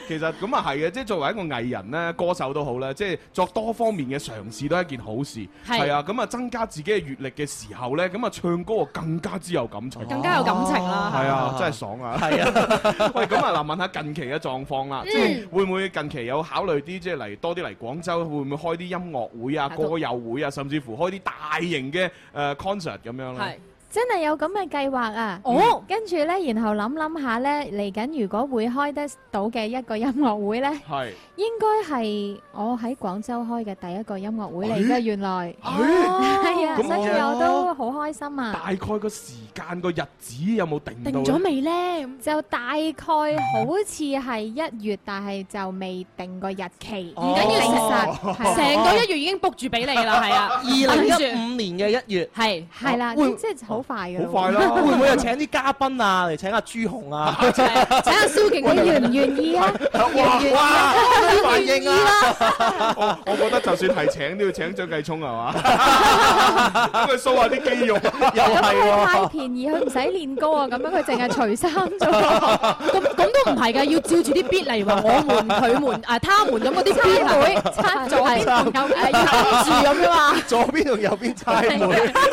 Speaker 2: 其實咁啊係嘅，即係作為一個藝人咧、歌手都好啦，即係作多方面嘅嘗試都係一件好事。
Speaker 8: 係
Speaker 2: 啊，咁啊增加自己嘅閲歷嘅時候咧，咁啊唱歌啊更加之有感情，
Speaker 8: 更加有感情啦
Speaker 2: 係啊
Speaker 8: 係，
Speaker 2: 真係爽啊！係啊， 喂，咁啊嗱，問下近期嘅狀況啦，
Speaker 8: 嗯
Speaker 2: 即係會唔會近期有考慮啲即係嚟多啲嚟廣州，會唔會開啲音樂會啊、
Speaker 11: 係都
Speaker 2: 歌友會啊，甚至乎開啲大型嘅誒 concert 咁樣咧？
Speaker 11: 真係有咁嘅計劃啊！
Speaker 2: 哦，
Speaker 11: 跟住呢，然後諗諗下呢，嚟緊如果會開得到嘅一個音樂會呢，
Speaker 2: 係。
Speaker 11: 應該係我喺廣州開嘅第一個音樂會嚟嘅。
Speaker 2: 咦
Speaker 11: 原來
Speaker 2: 咦
Speaker 11: 係啊，
Speaker 2: 咁
Speaker 11: 所以
Speaker 2: 正
Speaker 11: 我都好開心
Speaker 2: 大
Speaker 11: 啊！
Speaker 2: 概個時間個日子有冇定到呢？
Speaker 11: 呢？就大概好似係一月，但係就未定個日期，
Speaker 9: 唔緊要
Speaker 11: 定
Speaker 9: 成
Speaker 11: 實係
Speaker 8: 成個一 月已經 book 住俾你啦， 係啊，
Speaker 9: 二零一五年嘅一月，
Speaker 8: 係
Speaker 11: 係啦，
Speaker 9: 會
Speaker 11: 咁即係好快嘅。
Speaker 9: 好快啦！會唔會又請啲嘉賓啊？嚟請阿朱 紅啊？請
Speaker 8: 阿
Speaker 11: 蕭敬騰你願唔願意啊？
Speaker 9: 哇
Speaker 11: 願唔願意
Speaker 9: 哇
Speaker 11: 啊！
Speaker 9: 反應啊！
Speaker 2: 我我覺得就算係請都要請張繼聰係嘛， 等佢 show 下啲肌肉，又
Speaker 11: 咁
Speaker 2: 係
Speaker 11: 佢太便宜，佢唔使練歌啊，咁樣佢淨係除衫 啫。
Speaker 8: 咁咁都唔係㗎，要照住啲 beat 嚟話我們、佢們、 啊他們咁嗰啲 beat
Speaker 11: 差 妹
Speaker 8: 係
Speaker 11: 差左邊
Speaker 8: 係
Speaker 11: 同右
Speaker 8: 係要跟住咁樣啊。
Speaker 9: 左邊同右邊差
Speaker 2: 啊
Speaker 9: 門，
Speaker 2: 好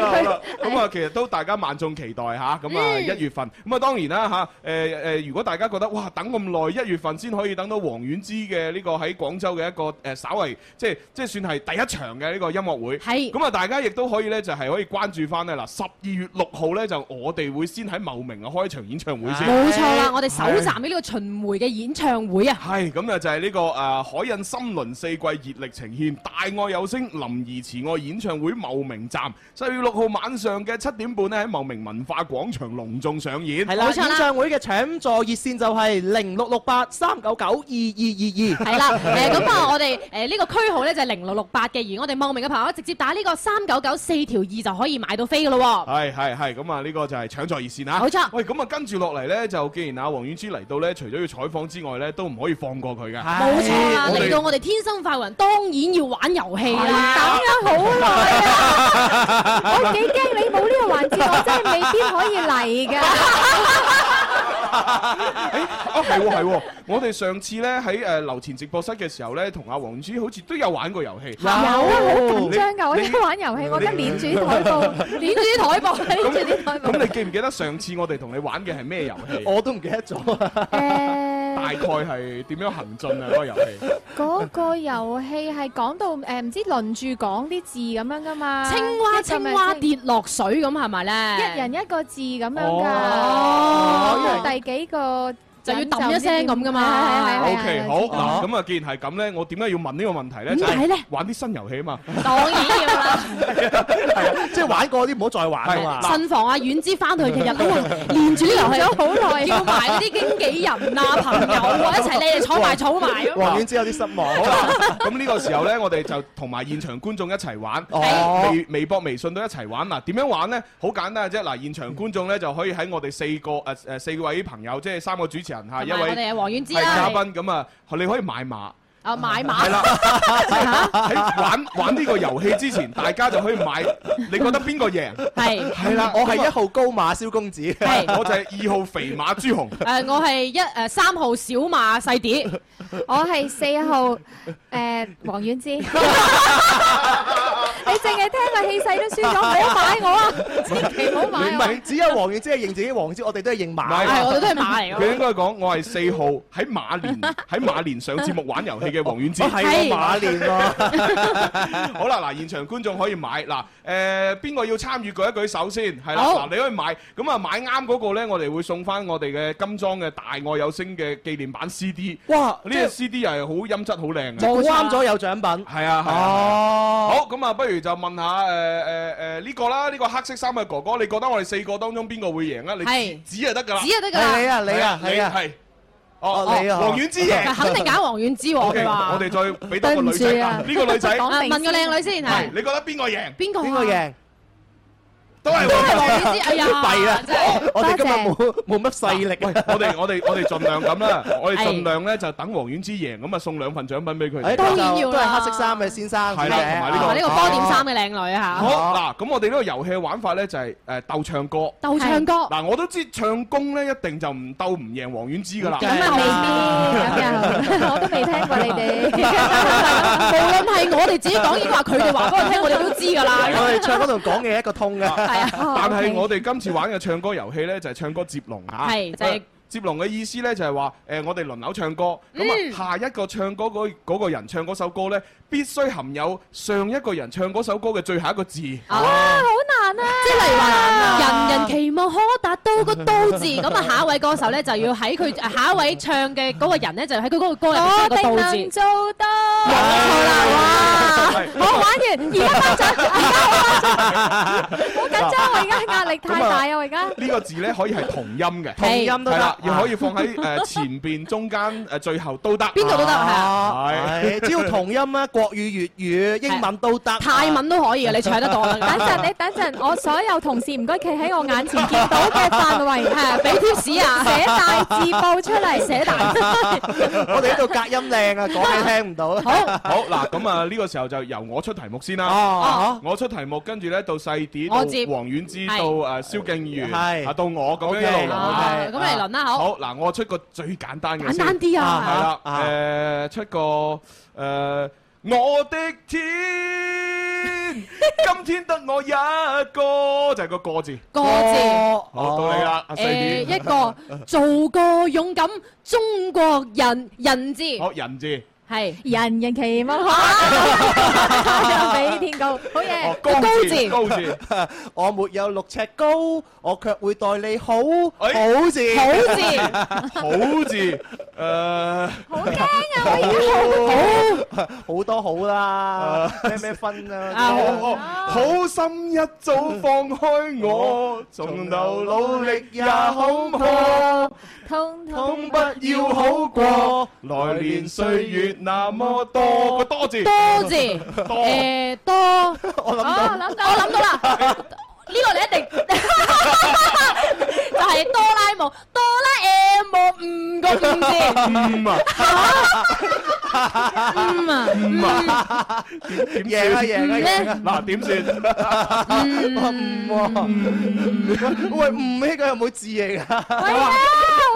Speaker 2: 啦好 啦，咁啊，其實都大家萬眾期待吓，咁
Speaker 8: 哎
Speaker 2: 啊一月份，咁啊當然啦吓，誒誒，如果大家覺得哇等咁耐，一月份先可以等到黃婉之嘅呢個喺廣州嘅一個誒稍為即係即係算係第一場嘅呢個音樂會，
Speaker 8: 係
Speaker 2: 咁啊，大家亦都可以咧就係可以關注翻咧嗱，十二月六號咧就我哋會先喺茂名啊開場演唱會先，
Speaker 8: 冇錯啦，我哋首
Speaker 2: 係
Speaker 8: 站嘅呢個巡迴嘅演唱會啊，
Speaker 2: 係咁啊，就係呢個誒海印森林四季熱力呈現大愛有聲林怡慈愛演唱會茂名站，十月六號晚上嘅七點半呢，喺茂名文化廣場隆重上演。
Speaker 9: 係啦，演唱會嘅搶座熱線就係零六六八三九九二二二二。係
Speaker 8: 係啦，誒咁啊，我哋誒呢個區號咧就係零六六八嘅，而我哋茂名嘅朋友直接打呢個三九九四條二就可以買到飛㗎咯
Speaker 2: 係係係，咁啊呢個就係搶座熱線啊！
Speaker 8: 冇錯
Speaker 2: 喂，咁啊跟住落嚟呢，就既然阿黃婉之嚟到呢，除咗要採訪之外呢，都唔可以放過佢㗎。
Speaker 8: 喎，冇錯啊，
Speaker 2: 我哋
Speaker 8: 嚟到我哋天生快活人當然要玩遊戲啦，
Speaker 11: 等咗好耐 啊！我幾驚你冇呢個環節，我真係未必可以嚟㗎。
Speaker 2: 啊係喎係喎，我哋上次呢，喺誒樓前直播室嘅時候呢，同阿黃婉之好似都有玩過遊戲。
Speaker 11: 有啊，好緊張
Speaker 2: 你
Speaker 11: 㗎！我
Speaker 2: 哦你
Speaker 11: 一玩遊戲，我得攣住啲台布，攣
Speaker 8: 住啲台布，攣
Speaker 11: 住啲台布。
Speaker 2: 咁你記唔記得上次我哋同你玩嘅係咩遊戲？
Speaker 9: 我都唔記得咗啊！
Speaker 2: 大概係點樣行進啊？嗰個遊戲
Speaker 11: 嗰個遊戲係講到誒唔知輪住講啲字咁樣㗎嘛？
Speaker 8: 青蛙
Speaker 11: 啊一個咪
Speaker 8: 青蛙跌落水咁係咪
Speaker 11: 一
Speaker 8: 咧？
Speaker 11: 人一個字咁樣
Speaker 8: 哦
Speaker 11: 㗎，跟住第幾個
Speaker 8: 就要
Speaker 11: 人
Speaker 8: 揼一聲咁㗎嘛
Speaker 11: 係係係係
Speaker 2: O
Speaker 11: 係
Speaker 2: K，
Speaker 11: 係
Speaker 2: 啊好嗱，咁啊，既然係咁咧，我點解要問呢個問題咧？
Speaker 9: 點解
Speaker 2: 咧？玩啲新遊戲啊嘛，啊
Speaker 8: 當然 要啦。
Speaker 9: 即係玩過啲唔好再玩啊嘛。
Speaker 8: 新房啊，遠之翻去日日 哎呀，連住呢遊戲
Speaker 11: 練咗好耐
Speaker 8: 叫埋嗰啲經紀人啊、朋 友啊一齊，你哋坐埋坐埋咁。
Speaker 9: 黃遠之有啲失望。
Speaker 2: 咁呢個時候咧，我哋就同埋現場觀眾一齊玩，
Speaker 9: 哦
Speaker 2: 微微博、微信都一齊玩。嗱，點樣玩咧？好簡單嘅啫。嗱，現場觀眾咧就可以喺我哋四個誒誒四位朋友，即係三個主持人嚇，
Speaker 8: 同
Speaker 2: 一
Speaker 8: 埋我哋
Speaker 2: 位
Speaker 8: 嘅黃遠之
Speaker 2: 係嘉
Speaker 8: 啦，
Speaker 2: 賓咁啊，你可以買馬。
Speaker 8: 啊買
Speaker 2: 係啦
Speaker 8: 馬，
Speaker 2: 喺 玩玩呢個遊戲之前，大家就可以買。你覺得邊個贏？
Speaker 8: 係
Speaker 2: 係啦，
Speaker 9: 我係一號高馬蕭公子，
Speaker 2: 我就係二號肥馬朱紅。
Speaker 8: 誒我係一誒三號小馬 細碟，
Speaker 11: 我係四號誒黃婉之。 你淨係聽個氣勢都輸咗，唔好買我啊！ 千祈唔好買
Speaker 9: 唔
Speaker 11: 我。
Speaker 9: 係，只有黃奕即係認自己黃奕，我哋都係認
Speaker 2: 唔
Speaker 9: 馬。
Speaker 2: 佢應該講我係四號喺馬 年喺馬年上節目玩遊戲嘅黃遠之。
Speaker 9: 哦係喎馬年
Speaker 2: 好啦，嗱，現場觀眾可以買嗱，誒邊個要參與舉一舉手先？係啦，
Speaker 9: 好
Speaker 2: 嗱，你可以買，咁啊買啱嗰個咧，我哋會送翻我哋嘅金裝嘅大愛有聲嘅紀念版 CD。
Speaker 9: 哇
Speaker 2: 呢個 CD 又係好音質好靚嘅。
Speaker 9: 冇啱咗有獎品。
Speaker 2: 係啊，係啊
Speaker 9: 哦，
Speaker 2: 好，咁啊，不如就問下誒誒誒呢個啦，呢個黑色衫嘅哥哥，你覺得我哋四個當中邊個會贏啊？
Speaker 8: 係
Speaker 2: 你指指就得㗎啦，
Speaker 8: 指就得㗎啦係你啊
Speaker 9: 你啊
Speaker 2: 係
Speaker 9: 係啊
Speaker 2: 係。哦，
Speaker 8: 你啊
Speaker 2: 黃遠之贏，
Speaker 8: 肯定揀黃遠之喎
Speaker 2: OK，
Speaker 8: 佢話
Speaker 2: 我哋再俾多個女仔啊，呢個女 仔，
Speaker 8: 啊問個靚女先
Speaker 2: 係
Speaker 8: 係
Speaker 2: 你覺得邊個贏？
Speaker 8: 邊個啊？
Speaker 2: 都係
Speaker 8: 都係黃遠之哎呀
Speaker 9: 弊啦
Speaker 8: 真係！
Speaker 9: 我哋今日
Speaker 8: 多
Speaker 9: 冇冇乜勢力。喂，
Speaker 2: 我哋我哋我哋盡量咁啦，我哋
Speaker 9: 係
Speaker 2: 盡量咧就等黃遠之贏，咁啊送兩份獎品俾佢。
Speaker 9: 都係黑色衫嘅先生。
Speaker 2: 係啦同埋呢個
Speaker 8: 啊同埋呢個波
Speaker 9: 啊
Speaker 8: 點衫嘅靚女
Speaker 2: 好
Speaker 8: 啊
Speaker 2: 嗱，咁我哋呢個遊戲嘅玩法咧就係誒鬥唱歌，
Speaker 8: 鬥唱歌
Speaker 2: 嗱，我都知唱功咧一定就唔鬥唔贏黃遠之噶啦，
Speaker 8: 咁啊未必咁又我都未聽過你哋 無論係我哋自己講，抑或佢哋話俾我聽，我哋都知㗎啦。
Speaker 9: 我哋唱歌同講嘢一個通嘅。係
Speaker 8: 啊
Speaker 2: 但係我哋今次玩嘅唱歌遊戲咧就係唱歌接龍嚇，
Speaker 8: 係就係
Speaker 2: 啊接龍嘅意思咧就係話誒我哋輪流唱歌，
Speaker 9: 嗯
Speaker 2: 咁啊下一個唱歌嗰嗰個人唱嗰首歌咧必須含有上一個人唱嗰首歌嘅最後一個字。
Speaker 9: 哦
Speaker 8: 啊，好難啊！即係例如話，人人期望可達到個都字，咁啊下一位歌手咧就要喺佢下一位唱嘅嗰個人咧，就喺佢嗰個歌入邊寫個都
Speaker 11: 我
Speaker 8: 字
Speaker 11: 定能。做到。
Speaker 8: Dạ,
Speaker 11: 我玩完，而家頒獎，而家我頒獎，好緊張，我而家壓力太大啊！我而家
Speaker 2: 呢個字咧可以係同音嘅，
Speaker 9: 同音都得
Speaker 2: 係啦，
Speaker 9: 啊
Speaker 2: 又可以放喺誒前邊、中間、誒最後都得，邊
Speaker 9: 邊度都得係
Speaker 2: 啊
Speaker 9: 係只要同音啦，國語、粵語、英文都得，
Speaker 8: 泰文都可以嘅，你唱得 到
Speaker 11: 等陣，
Speaker 8: 啊！
Speaker 11: 你等陣，我所有同事唔該企喺我眼前見到嘅範 圍，係俾貼士啊，寫大字報出嚟，寫大字。
Speaker 9: 我哋呢度隔音靚啊，講你聽唔 到。
Speaker 8: 好，
Speaker 2: 好嗱，咁啊呢個時候就由我出題目先啦
Speaker 9: 哦。
Speaker 2: 我出題目，跟住咧到細啲，到
Speaker 8: 我接
Speaker 2: 黃遠之，
Speaker 8: 係
Speaker 2: 到誒蕭敬遠，
Speaker 9: 係
Speaker 2: 啊到我咁樣
Speaker 9: OK，
Speaker 2: 一路輪啊。
Speaker 8: 咁嚟輪啦，好。
Speaker 2: 好嗱，我出個最簡單嘅先。
Speaker 8: 簡單啲啊
Speaker 2: 係啦，誒出個誒我的 天，今天得我一個，就係個個字。
Speaker 8: 個字。
Speaker 2: 好到你啦，阿細
Speaker 8: 誒
Speaker 2: 啲。
Speaker 8: 一個做個勇敢中國人人字，
Speaker 2: 好人字。
Speaker 8: 係
Speaker 11: 人人期望 可比天高，好嘢！
Speaker 9: 高
Speaker 2: 字哦高字，
Speaker 9: 我沒有六尺高，我卻會待你好，
Speaker 2: 哎
Speaker 9: 好字，
Speaker 8: 好 字
Speaker 2: 好字，誒，
Speaker 11: 好驚啊！
Speaker 9: 好，好， 好多好啦，咩咩分
Speaker 2: 好
Speaker 9: 啊，
Speaker 2: 好好心一早放開我，從頭努力也好過，
Speaker 9: 通
Speaker 11: 通通
Speaker 9: 不要好過，
Speaker 2: 來年歲月那麼多，個多字，
Speaker 8: 多字，
Speaker 2: 多
Speaker 8: 誒多，我諗到，我諗到啦，呢個你一 定就係哆啦 A 夢，哆啦 A 夢五個五 字，
Speaker 2: 五啊，
Speaker 8: 五啊，
Speaker 2: 五啊，點點
Speaker 9: 贏啊
Speaker 2: 算？
Speaker 9: 贏啊贏啊！
Speaker 2: 嗱，點算？
Speaker 9: 五喎，喂五呢個有冇字嚟㗎？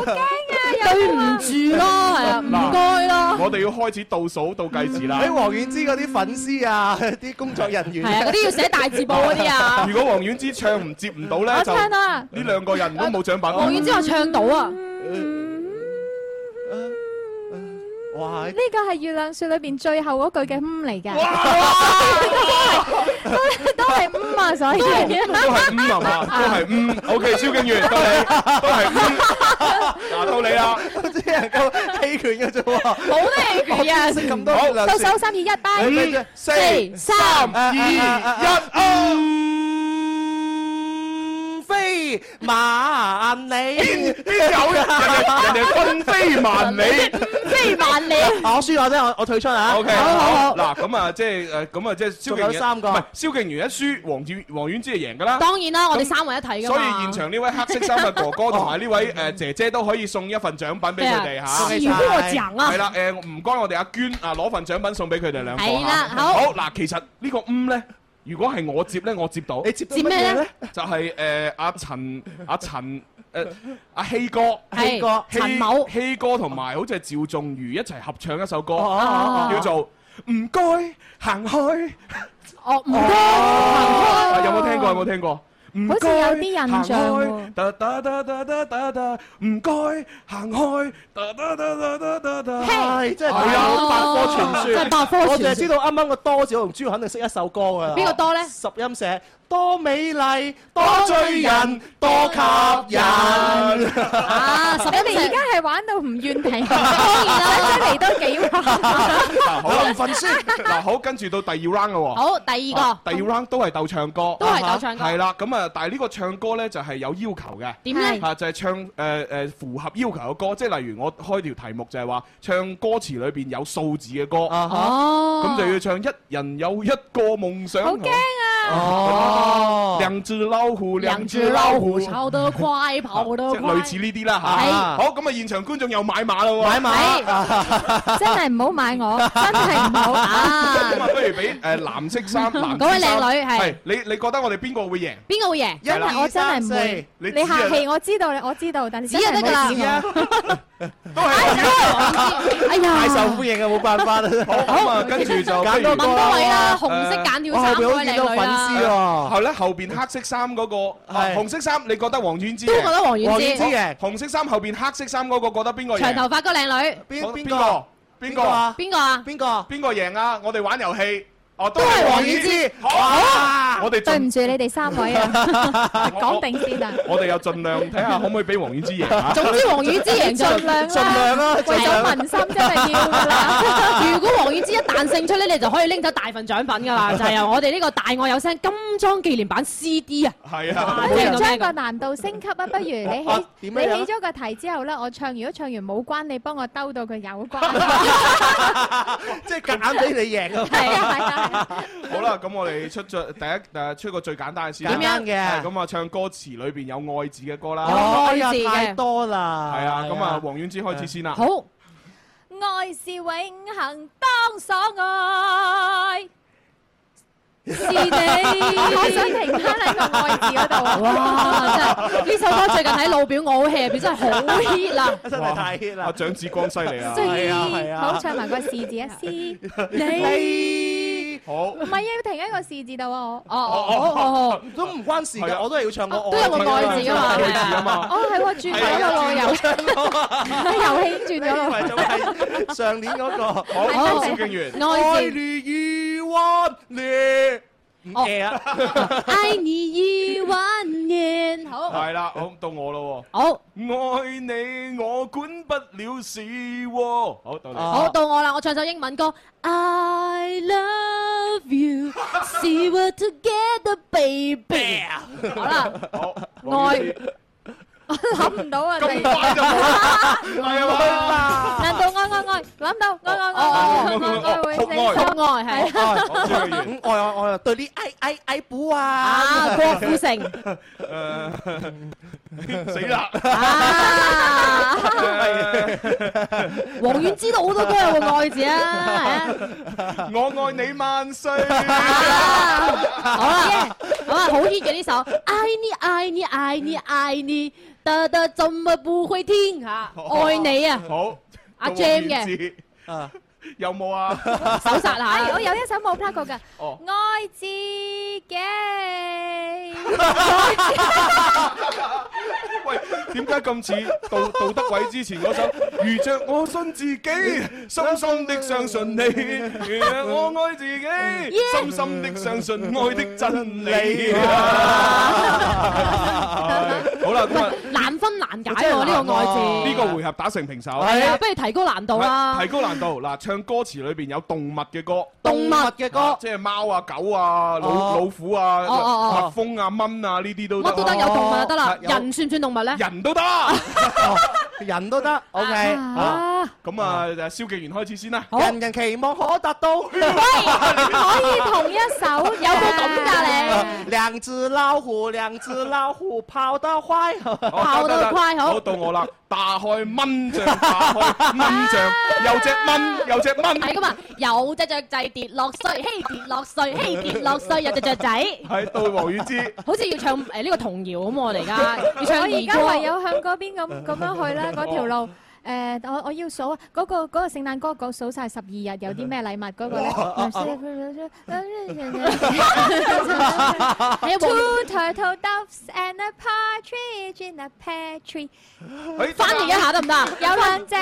Speaker 8: 對唔住咯，係啊，唔該咯，
Speaker 2: 我哋要開始倒數倒計時啦
Speaker 9: 喺。黃遠之嗰啲粉絲啊， 啲工作人員
Speaker 8: 係啊，嗰啲要寫大字報嗰啲啊，
Speaker 2: 如果黃遠之唱唔接唔到咧，
Speaker 8: 我
Speaker 2: 就
Speaker 8: 唱
Speaker 2: 呢
Speaker 8: 啦，
Speaker 2: 兩個人都冇獎品。
Speaker 8: 黃遠之話唱到啊，
Speaker 9: 哇！
Speaker 11: 呢個係月亮雪裏邊最後嗰句嘅嗯嚟㗎， 都都係嗯啊，所以
Speaker 2: 都係五啊嘛，都係五。OK，蕭敬遠到你，都 係五。嗱，到你啦。
Speaker 9: 只能夠棄權嘅啫喎，
Speaker 8: 冇得你權啊，
Speaker 9: 識咁多
Speaker 2: 好
Speaker 9: 兩
Speaker 11: 到
Speaker 9: 字
Speaker 11: 手三二一，拜。
Speaker 9: 五四
Speaker 8: 三
Speaker 11: À,
Speaker 2: 二
Speaker 9: 一，飛萬里。
Speaker 2: 邊有人哋人哋奔飛萬里。
Speaker 8: 飛萬里，
Speaker 9: 啊我輸我啫，我我退出啊。
Speaker 2: OK，ờ,
Speaker 9: 好
Speaker 2: 好
Speaker 9: 好 好。
Speaker 2: 嗱，咁啊，即係誒，咁啊，即係蕭敬
Speaker 9: 仲有
Speaker 2: 遠
Speaker 9: 三個
Speaker 2: 唔係蕭敬遠一輸，黃遠黃遠之係贏㗎啦。
Speaker 8: 當然啦，我哋三位一體噶
Speaker 2: 所以
Speaker 8: 嘛，
Speaker 2: 現場呢位黑色衫嘅哥哥同埋呢位誒姐姐都可以送一份獎品俾佢
Speaker 8: 啊
Speaker 2: 哋嚇。
Speaker 8: 是非我講啊
Speaker 2: 係。啦，誒唔該，我哋阿娟啊攞份獎品送俾佢哋兩個嚇
Speaker 8: 係啦好
Speaker 2: 好嗱，其實呢個五咧，如果係我接咧，我接到
Speaker 9: 你接到
Speaker 8: 接咩
Speaker 9: 乜嘢
Speaker 8: 咧？
Speaker 2: 就係誒阿陳阿陳誒阿希哥。
Speaker 8: 係
Speaker 9: 希哥
Speaker 2: 希
Speaker 8: 陳某
Speaker 2: 希哥同埋好似係趙仲瑜一齊合唱一首歌，
Speaker 9: 哦
Speaker 2: 叫做《唔該行開。
Speaker 11: 哦，唔
Speaker 2: 該，啊有冇聽過？有冇聽 過？唔
Speaker 11: 好似
Speaker 2: 該
Speaker 11: 有啲印象
Speaker 2: 行
Speaker 11: 喎
Speaker 2: 開哒哒哒哒哒哒哒，唔該行開，哒哒哒哒哒哒哒。
Speaker 9: 係真係
Speaker 2: 係啊
Speaker 9: 百科全
Speaker 4: Ờ,
Speaker 9: 書，
Speaker 2: 真係百科全書
Speaker 9: 我淨係知道啱啱個多字，我同朱肯定識一首歌㗎。
Speaker 2: 邊個
Speaker 9: 多咧？十音社，多美麗，多追人，多吸引。
Speaker 11: 啊！你哋而家係玩到唔怨停，當然啦，嚟多幾 話。
Speaker 2: 嗱，好啦，瞓先。 嗱，好，跟住到第二 round 咯喎。
Speaker 8: 好第二
Speaker 2: 啊第二 round 都係鬥唱歌，
Speaker 8: 都係鬥唱歌
Speaker 2: 係啦，咁啊，但係呢個唱歌咧就係有要求嘅。啊
Speaker 8: 點咧
Speaker 2: 嚇就係唱誒誒符合要求嘅歌，即係例如我開條題目就係話唱歌詞裏邊有數字嘅歌，啊
Speaker 9: 哈
Speaker 8: 哦
Speaker 2: 咁就要唱一人有一個夢想。
Speaker 8: 好驚啊
Speaker 2: 哦，兩隻老虎，兩隻老虎。
Speaker 8: 跑得快，跑得
Speaker 2: 即係
Speaker 8: 快。
Speaker 2: 類似呢啲啦嚇，
Speaker 8: 係
Speaker 2: 好咁啊！現場觀眾又買馬啦喎，買
Speaker 11: 馬真係唔好買我，真係唔好 啊！
Speaker 2: 咁啊，不如俾誒藍色衫，藍
Speaker 11: 嗰位
Speaker 2: 色衫
Speaker 11: 靚女係
Speaker 2: 係你你覺得我哋邊個會贏？
Speaker 8: 邊個會贏？
Speaker 11: 因為我真係唔會，
Speaker 2: 你
Speaker 11: 你客氣，
Speaker 2: 指啊
Speaker 11: 我知道你，我知道，但係真
Speaker 8: 指就得㗎
Speaker 11: 係
Speaker 8: 啦
Speaker 11: 冇指
Speaker 8: 哎呀，
Speaker 9: 太受歡迎啊，冇辦法啦。
Speaker 2: 好咁啊，跟住就
Speaker 9: 揀多個
Speaker 2: 不如
Speaker 9: 問多位
Speaker 2: 誒
Speaker 9: 啦
Speaker 8: 紅色揀條衫嗰位靚女
Speaker 2: à.
Speaker 8: 啦
Speaker 9: à.
Speaker 2: 係後咧後邊黑色衫嗰個，啊紅色衫你覺得黃菀之贏？
Speaker 8: 都覺得黃菀之
Speaker 2: 菀贏紅色衫後邊黑色衫嗰個覺得邊個贏？
Speaker 8: 長頭髮個靚女。
Speaker 2: 邊邊個？邊個啊？
Speaker 8: 邊個啊？
Speaker 9: 邊個？
Speaker 2: 邊個贏啊？我哋玩遊戲，哦都
Speaker 11: 係
Speaker 2: 係
Speaker 11: 黃
Speaker 2: 黃
Speaker 11: 菀
Speaker 2: 菀
Speaker 11: 之
Speaker 2: 之。好啊，我哋
Speaker 11: 對
Speaker 2: 盡
Speaker 11: 唔住你哋三位啊，講定先啊！
Speaker 2: 我哋又盡量睇下可唔可以俾黃菀之贏啊？
Speaker 8: 總之 黃菀之贏就
Speaker 11: 盡量啦
Speaker 8: 盡量啊啦
Speaker 11: 為咗民心真係要㗎啦。
Speaker 8: 啊 如果黃菀之一彈勝出咧，你就可以拎走大份獎品㗎 啦，就係由我哋呢個大愛有聲金裝紀念版 CD 啊！
Speaker 2: 係
Speaker 11: 不
Speaker 2: 啊，
Speaker 11: 如將個難度升級啊！不如你起你
Speaker 8: 點樣啊
Speaker 11: 起咗個題之後咧，我唱如果唱完冇關，你幫我兜到佢有關。
Speaker 9: 即係夾硬俾你贏啊！
Speaker 11: 係啊係
Speaker 2: 好啦，咁我哋出咗第一誒出個最簡單嘅先啦，
Speaker 9: 簡單嘅
Speaker 2: 係咁啊，唱歌詞裏邊有愛字嘅歌啦，
Speaker 9: 哎呀
Speaker 8: 愛字嘅
Speaker 9: 太多啦。
Speaker 2: 係啊，咁啊，黃菀之開始先啦，
Speaker 8: 好，
Speaker 12: 爱是永恒，当所爱是你。
Speaker 11: 我想停翻喺個愛字嗰度。
Speaker 8: 哇！真係呢首歌最近喺老表我好 hit 入邊真係好 hit 啦！
Speaker 9: 真係太 hit 啦！
Speaker 2: 阿蔣志光犀利啊，
Speaker 9: 係啊係
Speaker 2: à.
Speaker 9: 啊
Speaker 11: 好 唱埋個是字一詩，
Speaker 9: 你
Speaker 2: 好
Speaker 11: 唔係啊，要停喺個是字度啊！
Speaker 9: 哦
Speaker 11: 我
Speaker 9: 哦哦，都唔關事㗎，我都係要唱個愛，
Speaker 11: 都有個愛字㗎嘛
Speaker 9: 愛字啊嘛
Speaker 11: 哦係喎，轉咗個路由，遊戲轉咗路。
Speaker 9: 上年嗰個
Speaker 2: 好蕭敬元
Speaker 9: 愛如魚灣咧，唔記啊，
Speaker 8: 愛你一萬年，好，
Speaker 2: 係啦，好到我咯喎，
Speaker 8: 好，
Speaker 2: 愛你我管不了事喎，好到你，
Speaker 8: 好到我啦，我唱首英文歌，I love you, see we're together, baby。好啦，
Speaker 2: 黃
Speaker 8: 愛
Speaker 2: 菀之
Speaker 11: 我諗唔到啊！
Speaker 2: 咁快就冇啦，係啊
Speaker 11: 難道愛愛愛諗到愛愛愛愛愛愛會死
Speaker 8: 哭愛係
Speaker 9: 咁愛愛愛對啲愛愛愛補啊，
Speaker 8: 啊，郭富城，
Speaker 2: 嘛，呃 死啦，
Speaker 8: 黃菀之都好多歌有個愛字 啊，係啊，
Speaker 2: 我愛你萬歲，
Speaker 8: 好啦，好啊，好 hit 嘅呢首，愛你愛你愛你愛你，得得怎麼不會聽嚇，
Speaker 2: 哦
Speaker 8: 愛你啊，
Speaker 2: 好，
Speaker 8: 阿
Speaker 2: 到黃
Speaker 8: Jam
Speaker 2: 菀
Speaker 8: 嘅
Speaker 2: 之有冇啊？
Speaker 8: 手殺下
Speaker 11: 哎，我有一首冇 plug 過㗎，
Speaker 2: 哦
Speaker 11: 愛自己。
Speaker 2: 喂，點解咁似杜杜德偉之前嗰首《如着我信自己，深深的相信你》，如着我愛自己，深深的相信愛的真理。好啦，咁啊，
Speaker 8: 難分難解喎呢個愛字，
Speaker 2: 呢個回合打成平手。
Speaker 8: 係啊，不如提高難度啦
Speaker 2: 提。高難度，嗱，唱歌詞裏邊有動物嘅歌，
Speaker 8: 動物嘅歌
Speaker 2: 即係貓啊、狗啊、
Speaker 8: 哦
Speaker 2: 老老虎啊、
Speaker 8: 哦哦哦
Speaker 2: 蜜蜂啊、蚊啊呢啲都
Speaker 8: 乜都得，有動物就得啦
Speaker 2: 哦，有
Speaker 8: 人算唔算動物咧？
Speaker 2: 人都得，
Speaker 9: 人都得，OK，
Speaker 8: 好，
Speaker 2: 咁啊，就蕭敬元開始先啦。
Speaker 9: 人人期望可達到。
Speaker 11: 可以同一 首有冇咁㗎你？
Speaker 9: 兩隻老虎，兩隻老虎跑得 快，
Speaker 2: 好
Speaker 9: 跑
Speaker 2: 得得
Speaker 9: 得快，
Speaker 2: 好到我啦！打開蚊帳，打開蚊帳，有隻蚊，有隻蚊，
Speaker 8: 係咁啊，有隻雀仔跌落水，嘿跌落水，嘿跌落 水，有隻雀仔。
Speaker 2: 係到黃菀之，
Speaker 8: 好似要唱誒呢個童謠咁喎，我哋而家要
Speaker 11: 我
Speaker 8: 唱
Speaker 11: 而
Speaker 8: 兒
Speaker 11: 家
Speaker 8: 歌
Speaker 11: 唯。有向嗰邊咁咁樣去啦，嗰條路。誒，我我要數啊，嗰個嗰個聖誕歌嗰數晒十二日有啲咩禮物嗰個咧？Two turtle doves and a partridge in a pear tree。
Speaker 12: 翻譯一下得唔得
Speaker 11: 有兩隻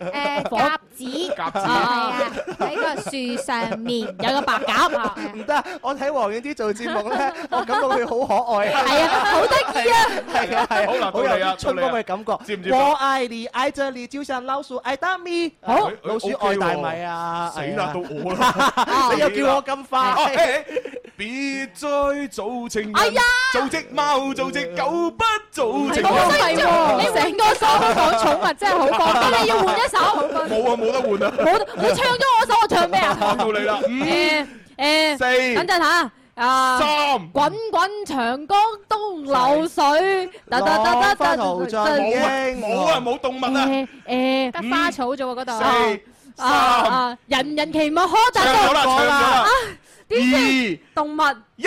Speaker 11: 誒
Speaker 12: 火
Speaker 11: 鴿子，
Speaker 12: 鴿子
Speaker 11: 係啊，喺個樹上面有個白鴿啊。
Speaker 9: 唔得，我睇黃遠啲做節目 咧，我感覺佢好可愛啊！
Speaker 11: 係啊好得意啊
Speaker 9: 係啊係啊，
Speaker 2: 好啦到你啊
Speaker 9: 有啲春
Speaker 2: 到
Speaker 9: 光
Speaker 2: 你啊
Speaker 9: 嘅感覺。
Speaker 2: 接唔接
Speaker 9: 我
Speaker 2: 啊
Speaker 9: 愛你，愛着你，就像老鼠愛大米。好
Speaker 2: 哎哎，
Speaker 9: 老鼠
Speaker 2: OK
Speaker 9: 愛大
Speaker 2: 喎
Speaker 9: 米啊！
Speaker 2: 死
Speaker 9: 係
Speaker 2: 啦
Speaker 9: 啊，
Speaker 2: 到我啦
Speaker 9: 你又叫我咁
Speaker 2: 啊
Speaker 9: 快？
Speaker 2: 嘿嘿別再做情人，做只貓，做只狗，不做情人。
Speaker 8: 冇得係喎你成個首都講寵物真係好過咁你要換一首
Speaker 2: 冇啊，冇得換啊！
Speaker 8: 冇得你唱咗我首，我唱咩啊？
Speaker 2: 到你啦，
Speaker 8: 誒誒，
Speaker 2: 四
Speaker 8: 等陣嚇。啊！
Speaker 2: 三
Speaker 8: 滾滾長江東流水，得得得得得
Speaker 2: 冇啊，冇啊，冇動物啊！
Speaker 8: 誒，得花草啫喎嗰度。
Speaker 2: 四
Speaker 8: 啊啊！人人期望可達到。
Speaker 2: 唱咗啦唱咗啦
Speaker 8: 啊！點知動物
Speaker 2: 一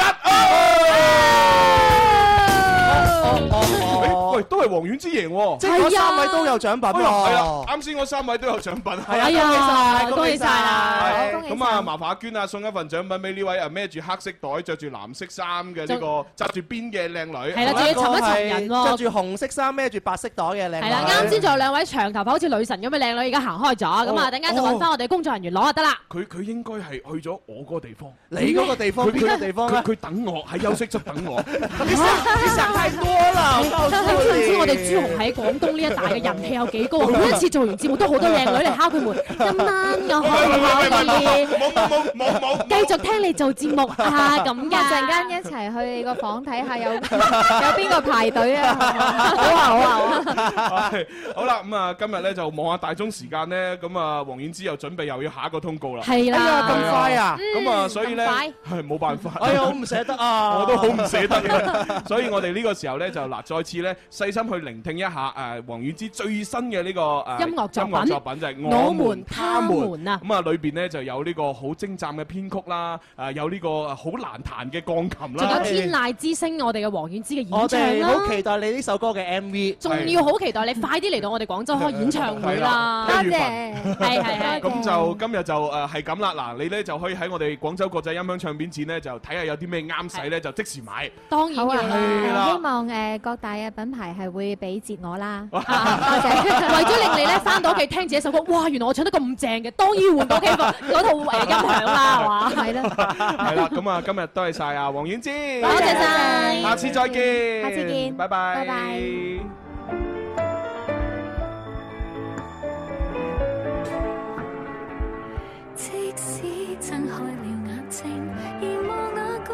Speaker 2: 誒
Speaker 8: 哦
Speaker 2: 喂，都係黃遠之贏喎，
Speaker 9: 即
Speaker 8: 哎
Speaker 9: 係嗰三位都有獎品
Speaker 2: 哎呀係
Speaker 9: 喎
Speaker 2: 啊，。啱先嗰三位都有獎品，
Speaker 9: 係啊哎呀恭喜晒恭喜晒
Speaker 8: 哎
Speaker 9: 啦
Speaker 2: 係
Speaker 9: 恭喜晒
Speaker 2: 咁啊，麻煩阿娟啊，送一份獎品俾呢位啊孭住黑色袋、着住藍色衫嘅呢個紮住邊嘅靚女，
Speaker 8: 係啦仲要
Speaker 2: 啊
Speaker 8: 尋一尋人喎
Speaker 9: 着住啊紅色衫，孭住白色袋嘅靚女。
Speaker 8: 係啦，啱先仲有兩位長頭髮好似女神咁嘅靚女，而家行開咗，咁啊，
Speaker 9: 哦
Speaker 8: 等間就揾翻我哋工作人員攞就得啦。
Speaker 2: 佢佢應該係去咗我嗰個地方，
Speaker 9: 你嗰個地方
Speaker 2: 佢
Speaker 9: 邊個地方咧啊
Speaker 2: 佢佢等我喺休息室等 我。
Speaker 9: 你想太多啦，我告訴
Speaker 8: 你知唔知
Speaker 9: 你
Speaker 8: 我哋朱紅喺廣東呢一帶嘅人氣有幾高啊？每一次做完節目都好多靚女嚟敲佢門，今晚我可唔可以
Speaker 2: 冇冇冇冇冇
Speaker 8: 繼續聽你做節目啊？咁
Speaker 11: 咁
Speaker 8: 噶
Speaker 11: 啊，陣間一齊去個房睇下有有邊個排隊啊！好啊，好啊，好啊！
Speaker 2: 係好啦，咁啊，今日咧就望下大鐘時間咧，咁啊，黃遠之又準備又要下一個通告啦。
Speaker 8: 係啦哎呀咁快啊
Speaker 2: 係咁啊，
Speaker 8: 嗯
Speaker 2: 所以咧
Speaker 8: 咁快
Speaker 2: 係冇辦法。
Speaker 9: 哎呀好唔捨得 啊
Speaker 2: 我都好唔捨得嘅。所以我哋呢個時候咧就嗱，再次咧細心去聆聽一下誒黃遠之最新嘅呢個誒
Speaker 8: 音樂作品
Speaker 2: 音樂作品就係
Speaker 8: 我們他們啊
Speaker 2: 咁啊，裏邊咧就有呢個好精湛嘅編曲啦，誒有呢個好難彈嘅鋼琴
Speaker 8: 仲有
Speaker 2: 啦。
Speaker 8: 天籟之星，我哋嘅黃遠之嘅演
Speaker 9: 我哋
Speaker 8: 唱
Speaker 9: 好
Speaker 8: 啦。
Speaker 9: 期待你呢首歌嘅 MV，
Speaker 8: 仲要好期待你快啲嚟到我哋廣州開演唱會啦！
Speaker 2: 係啦
Speaker 8: 多謝，係係係。
Speaker 2: 咁就今日就誒係咁啦，嗱你咧就可以喺我哋廣州國際音響唱片展咧就睇下有啲咩啱使咧就即時買。
Speaker 8: 當然
Speaker 11: 好
Speaker 8: 要
Speaker 11: 啊，
Speaker 2: 啦
Speaker 11: 希望誒各大嘅品牌係會俾折我啦。
Speaker 8: 為咗令你咧翻到屋企聽自己首歌，哇！原來我唱得咁正嘅，當然換到屋企個嗰套誒音響啦，係嘛？係啦。
Speaker 2: 係啦，咁啊今日多謝晒啊黃婉之，
Speaker 8: 多謝晒
Speaker 2: 下次再見，
Speaker 8: 下次見
Speaker 2: 拜拜，
Speaker 8: 拜拜。
Speaker 10: 即使睜開了眼睛，凝望那個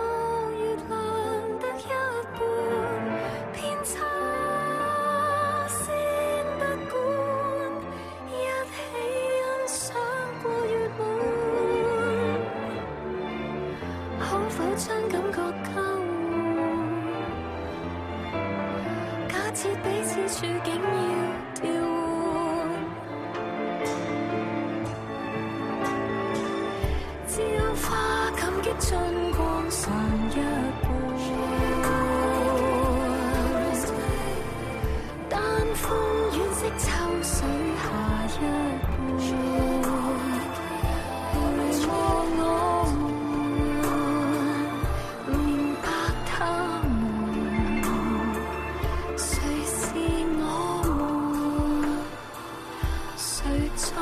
Speaker 10: 月亮得一半，偏差先不管，一起欣賞過月滿，可否將感覺交換？假設彼此處境要調換。朝花感激進光上一半，丹風遠色秋水下一半，回望我們，明白他們，誰是我們，誰在溝？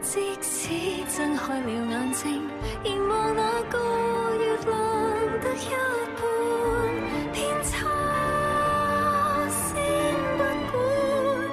Speaker 10: 即使睜開了眼睛，凝望那個月亮得一半，偏差先不管，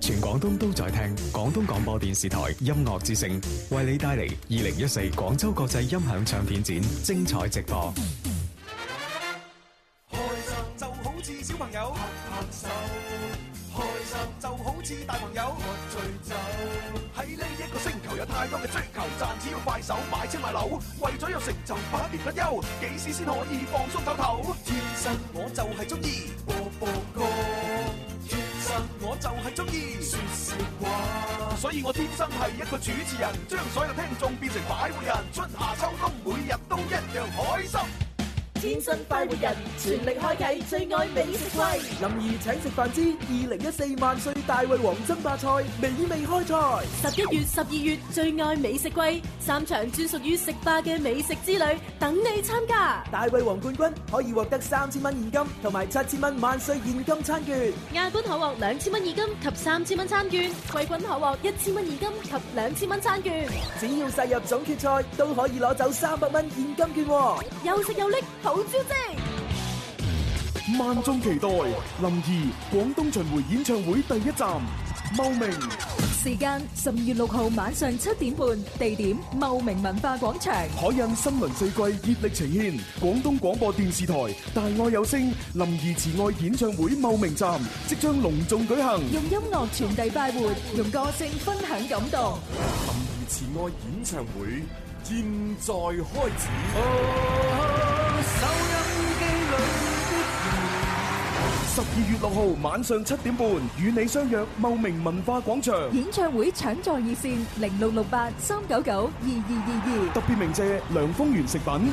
Speaker 1: 全廣東都在聽廣東廣播電視台音樂之聲，為你帶嚟二零一四廣州國際音響唱片展精彩直播。
Speaker 4: 就好似小朋友拍拍手，開心就好似大朋友喝醉酒。喺呢一個星球有太多嘅追求，賺錢要快手買車買樓，為咗有成就百年不休，幾時先可以放鬆唞唞？天生我就係中意播播歌，天生我就係中意説笑話，所以我天生係一個主持人，將所有聽眾變成擺渡人，春夏秋冬每日都一樣開心。
Speaker 3: 天生快活人，全力開啟最愛美食季。
Speaker 13: 林怡請食飯之二零一四萬歲大胃王爭霸賽美味開賽。
Speaker 14: 十一月、十二月最愛美食季，三場專屬於食霸嘅美食之旅等你參加。
Speaker 13: 大胃王冠軍可以獲得三千蚊現金同埋七千蚊萬歲現金餐券。
Speaker 14: 亞軍可獲兩千蚊現金及三千蚊餐券，季軍可獲一千蚊現金及兩千蚊餐券。
Speaker 13: 只要殺入總決賽，都可以攞走三百蚊現金券喎。
Speaker 14: 又食又拎，好招積！
Speaker 6: 萬眾期待林怡廣東巡迴演唱會第一站，茂名。
Speaker 7: 時間十二月六號晚上七點半，地點茂名文化廣場。
Speaker 6: 海印新聞四季熱力呈現，廣東廣播電視台《大愛有聲》林怡慈愛演唱會茂名站即將隆重舉行。
Speaker 7: 用音樂傳遞快活，用歌聲分享感動。
Speaker 15: 林怡慈愛演唱會現在開始。哦
Speaker 6: 十二月六號晚上七點半，與你相約茂名文化廣場。
Speaker 7: 演唱會搶座熱線零六六八三九九二二二
Speaker 6: 特別鳴謝梁豐源食品。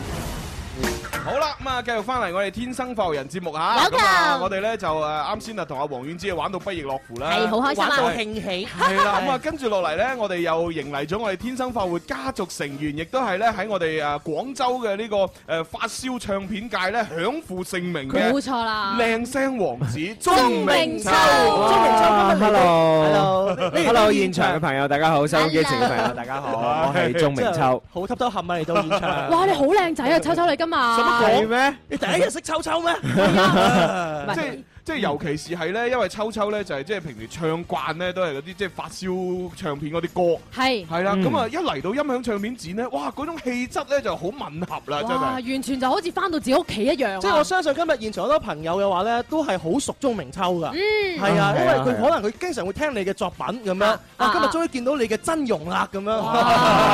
Speaker 2: 好啦，咁啊，繼續翻嚟我哋天生快活人節目吓，
Speaker 8: Welcome
Speaker 2: 咁啊，我哋咧就誒啱先啊，同阿黃婉之玩到不亦樂乎啦，
Speaker 8: 係好開心啊玩到興
Speaker 9: 起
Speaker 2: 係啦，咁啊，跟住落嚟咧，我哋又迎嚟咗我哋天生快活家族成員，亦都係咧喺我哋誒廣州嘅呢個誒發燒唱片界咧享負盛名嘅，
Speaker 8: 冇錯啦
Speaker 2: 靚聲王子
Speaker 8: 鍾
Speaker 2: 鍾明秋，
Speaker 16: 哇 À, Hello Hello，
Speaker 9: 現
Speaker 16: 現場嘅朋友大家好，收音機前嘅朋友大家好，我係鍾明秋。
Speaker 9: 好吸多冚啊！嚟到現場，
Speaker 16: 呃
Speaker 8: 哇，你好靚仔啊，秋秋你今日。
Speaker 16: 啊
Speaker 2: 係咩？
Speaker 9: 你第一日識秋 秋咩？
Speaker 2: 即係即係，尤其是係咧，因為秋秋咧就係即係平時唱慣咧，都係嗰啲即係發燒唱片嗰啲歌，
Speaker 8: 係
Speaker 2: 係啦。
Speaker 8: 嗯
Speaker 2: 咁啊，一嚟到音響唱片展咧，哇，嗰種氣質咧就好吻合啦，真
Speaker 8: 哇，
Speaker 2: 係。
Speaker 8: 完全就好似翻到自己屋企一樣啊。
Speaker 9: 即係我相信今日現場好多朋友嘅話咧，都係好熟鍾明秋噶，
Speaker 8: 嗯
Speaker 9: 係啊，
Speaker 8: 嗯
Speaker 9: 因為佢
Speaker 8: 係啊係
Speaker 9: 可能佢經常會聽你嘅作品咁樣，啊，今日終於見到你嘅真容啦咁樣，咁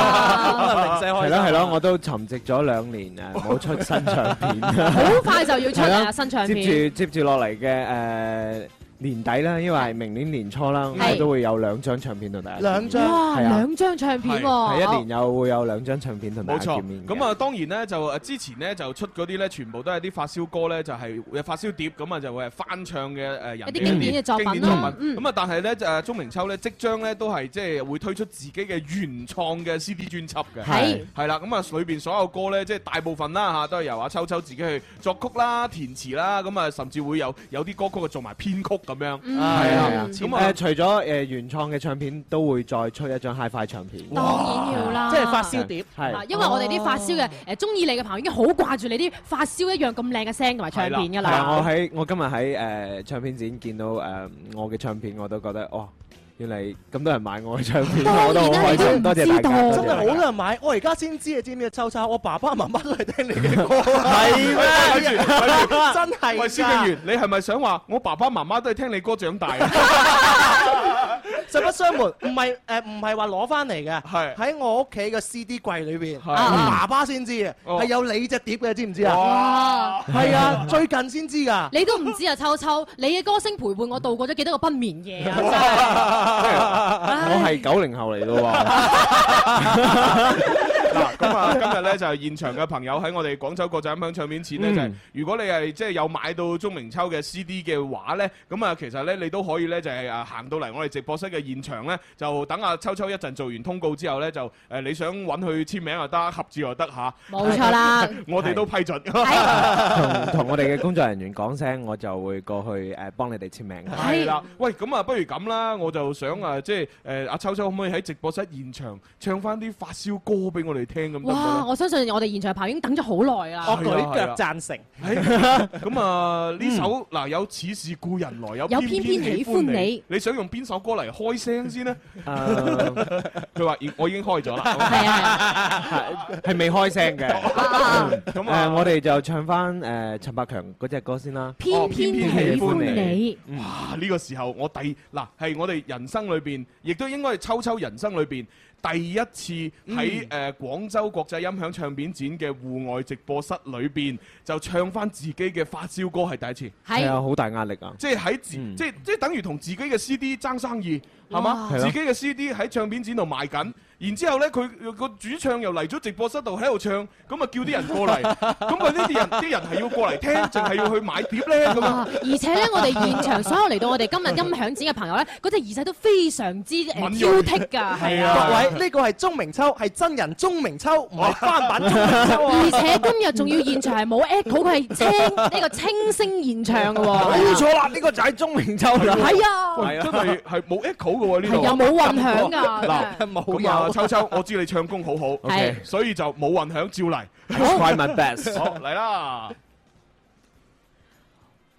Speaker 9: 啊明姐開心
Speaker 16: 係咯係咯，我都沉寂咗兩年啊，冇出新唱片。
Speaker 8: 好快就要出
Speaker 16: 係
Speaker 8: 啊
Speaker 16: 咯
Speaker 8: 新唱
Speaker 16: 接
Speaker 8: 片。
Speaker 16: 住接住落嚟嘅誒年底啦，因為係明年年初啦，
Speaker 8: 係
Speaker 16: 我都會有兩張唱片同大家見
Speaker 9: 兩
Speaker 16: 面。
Speaker 9: 張
Speaker 8: 哇，
Speaker 16: 係啊
Speaker 8: 兩張唱片喎。
Speaker 16: 係一年又會有兩張唱片同大
Speaker 2: 冇
Speaker 16: 家
Speaker 2: 錯
Speaker 16: 見面，嘅。
Speaker 2: 咁啊當然咧就誒之前咧就出嗰啲咧全部都係啲發燒歌咧，就係誒發燒碟咁啊，就會係翻唱嘅呃誒人哋
Speaker 8: 一啲經典嘅作品啦嗯
Speaker 2: 經典作品咁啊，但係咧就誒鍾明秋咧即將咧都係即係會推出自己嘅原創嘅 CD 專輯嘅，
Speaker 8: 係
Speaker 2: 係啦，咁啊裏邊所有歌咧即係大部分啦嚇都係由阿秋秋自己去作曲啦、填詞啦，咁啊甚至會有有啲歌曲啊做埋編曲咁樣，
Speaker 8: 嗯
Speaker 16: 係啊，咁誒除咗誒原創嘅唱片，都會再出一張 HiFi 唱片。
Speaker 8: 當然要啦，
Speaker 16: 啊係哦
Speaker 8: 啊因為我哋啲發燒嘅誒中意你嘅朋友已經好掛住你啲發燒一樣咁靚嘅聲同埋唱片㗎
Speaker 16: 係啊我
Speaker 8: 啦。
Speaker 16: 喺我今日喺誒唱片展見到誒我嘅唱片，我都覺得哇，原嚟咁多人買我嘅唱片，我都好開心，多謝大家，多
Speaker 9: 真
Speaker 16: 謝
Speaker 9: 係
Speaker 16: 大
Speaker 9: 好
Speaker 16: 家
Speaker 9: 多人買，我而家先知你知唔知秋秋？我爸爸媽媽都係聽你嘅 歌，
Speaker 2: 係
Speaker 9: 係
Speaker 2: 咩？
Speaker 9: 真係㗎
Speaker 2: 喂，蕭敬元，你係咪想話我爸爸媽媽都係聽你歌長大啊？
Speaker 9: 實不相瞞，唔係誒唔係話攞翻嚟嘅，喺我屋企嘅 CD 櫃裏邊，我爸爸先知嘅，係有你隻碟嘅，知唔知啊？
Speaker 8: 哇
Speaker 9: 係啊，最近先知㗎。
Speaker 8: 你都唔知啊，秋秋，你嘅歌聲陪伴我度過咗幾多個不眠夜啊！真係
Speaker 16: 我係九零後嚟咯喎，
Speaker 2: 咁啊，今日咧就係現場嘅朋友喺我哋廣州國際音響唱片展咧，
Speaker 16: 嗯
Speaker 2: 就係如果你係即係有買到鐘明秋嘅 CD 嘅話咧，咁啊其實咧你都可以咧就係啊行到嚟我哋直播室嘅現場咧，就等阿秋秋一陣做完通告之後咧，就誒你想揾佢簽名又得，合照又得吓，
Speaker 8: 冇錯啦，
Speaker 2: 我哋都批准。
Speaker 16: 同同我哋嘅工作人員講聲，我就會過去誒幫你哋簽名。
Speaker 2: 係啦，喂，咁啊，不如咁呃啦，我就想啊，即係誒，阿秋秋可唔可以喺直播室現場唱翻啲發燒歌俾我哋哋聽咁得唔得
Speaker 8: 哇！
Speaker 2: 呢
Speaker 8: 我相信我哋現場朋友已經等咗好耐啦。
Speaker 2: 我哦舉腳贊
Speaker 9: 成。
Speaker 2: 啊咁 啊，呢首嗱有似是故人來，有
Speaker 8: 有
Speaker 2: 偏
Speaker 8: 偏偏
Speaker 2: 喜
Speaker 8: 喜
Speaker 2: 歡
Speaker 8: 歡
Speaker 2: 你
Speaker 8: 你。
Speaker 2: 你想用邊首歌嚟開聲先呢？
Speaker 16: 誒
Speaker 2: 佢話已我已經開咗啦。
Speaker 16: 係未開聲 嘅。
Speaker 2: 咁啊
Speaker 16: 誒，我哋就唱翻誒陳百強嗰只歌先啦。
Speaker 2: 偏哦偏喜歡你
Speaker 16: 嗯
Speaker 2: 哇！呢個時候我第嗱係我哋人生裏邊，亦都應該係秋秋人生裏邊第一次喺誒廣州國際音響唱片展嘅戶外直播室裏邊，就唱翻自己嘅發燒歌係第一次。
Speaker 16: 係啊，好大壓力啊！
Speaker 2: 即係喺自即係即係等於同自己嘅 CD 爭生意係嘛？
Speaker 16: 哇係啊
Speaker 2: 自己嘅 CD 喺唱片展度賣緊，然之後咧佢個主唱又嚟咗直播室度喺度唱，咁啊叫啲人過 嚟，咁啊呢啲人啲人係要過嚟聽，淨係要去買碟咧 咁
Speaker 8: 啊
Speaker 2: 啊！
Speaker 8: 而且咧，我哋現場所有嚟到我哋今日音響展嘅朋友咧，嗰隻耳仔都非常之誒
Speaker 9: 敏
Speaker 8: 挑
Speaker 9: 鋭
Speaker 8: 剔㗎，
Speaker 9: 係啊，各位呢個係鐘明秋，係真人鐘明秋，啊唔係哦翻版鐘明秋啊！
Speaker 8: 而且今日仲要現場係冇 echo，佢 係清呢個清聲現唱嘅喎。
Speaker 9: 啊
Speaker 16: 冇錯啦，呢個就係鐘明秋啦。
Speaker 8: 係啊
Speaker 2: 喂真係係冇 echo 嘅喎呢度，
Speaker 8: 係啊冇混響㗎
Speaker 2: 嗱，
Speaker 8: 真係
Speaker 2: 咁啊，秋秋，我知你唱功好 好，
Speaker 16: 係
Speaker 2: 所以就冇混響，照嚟。
Speaker 16: 好 Try my best
Speaker 2: 好嚟啦！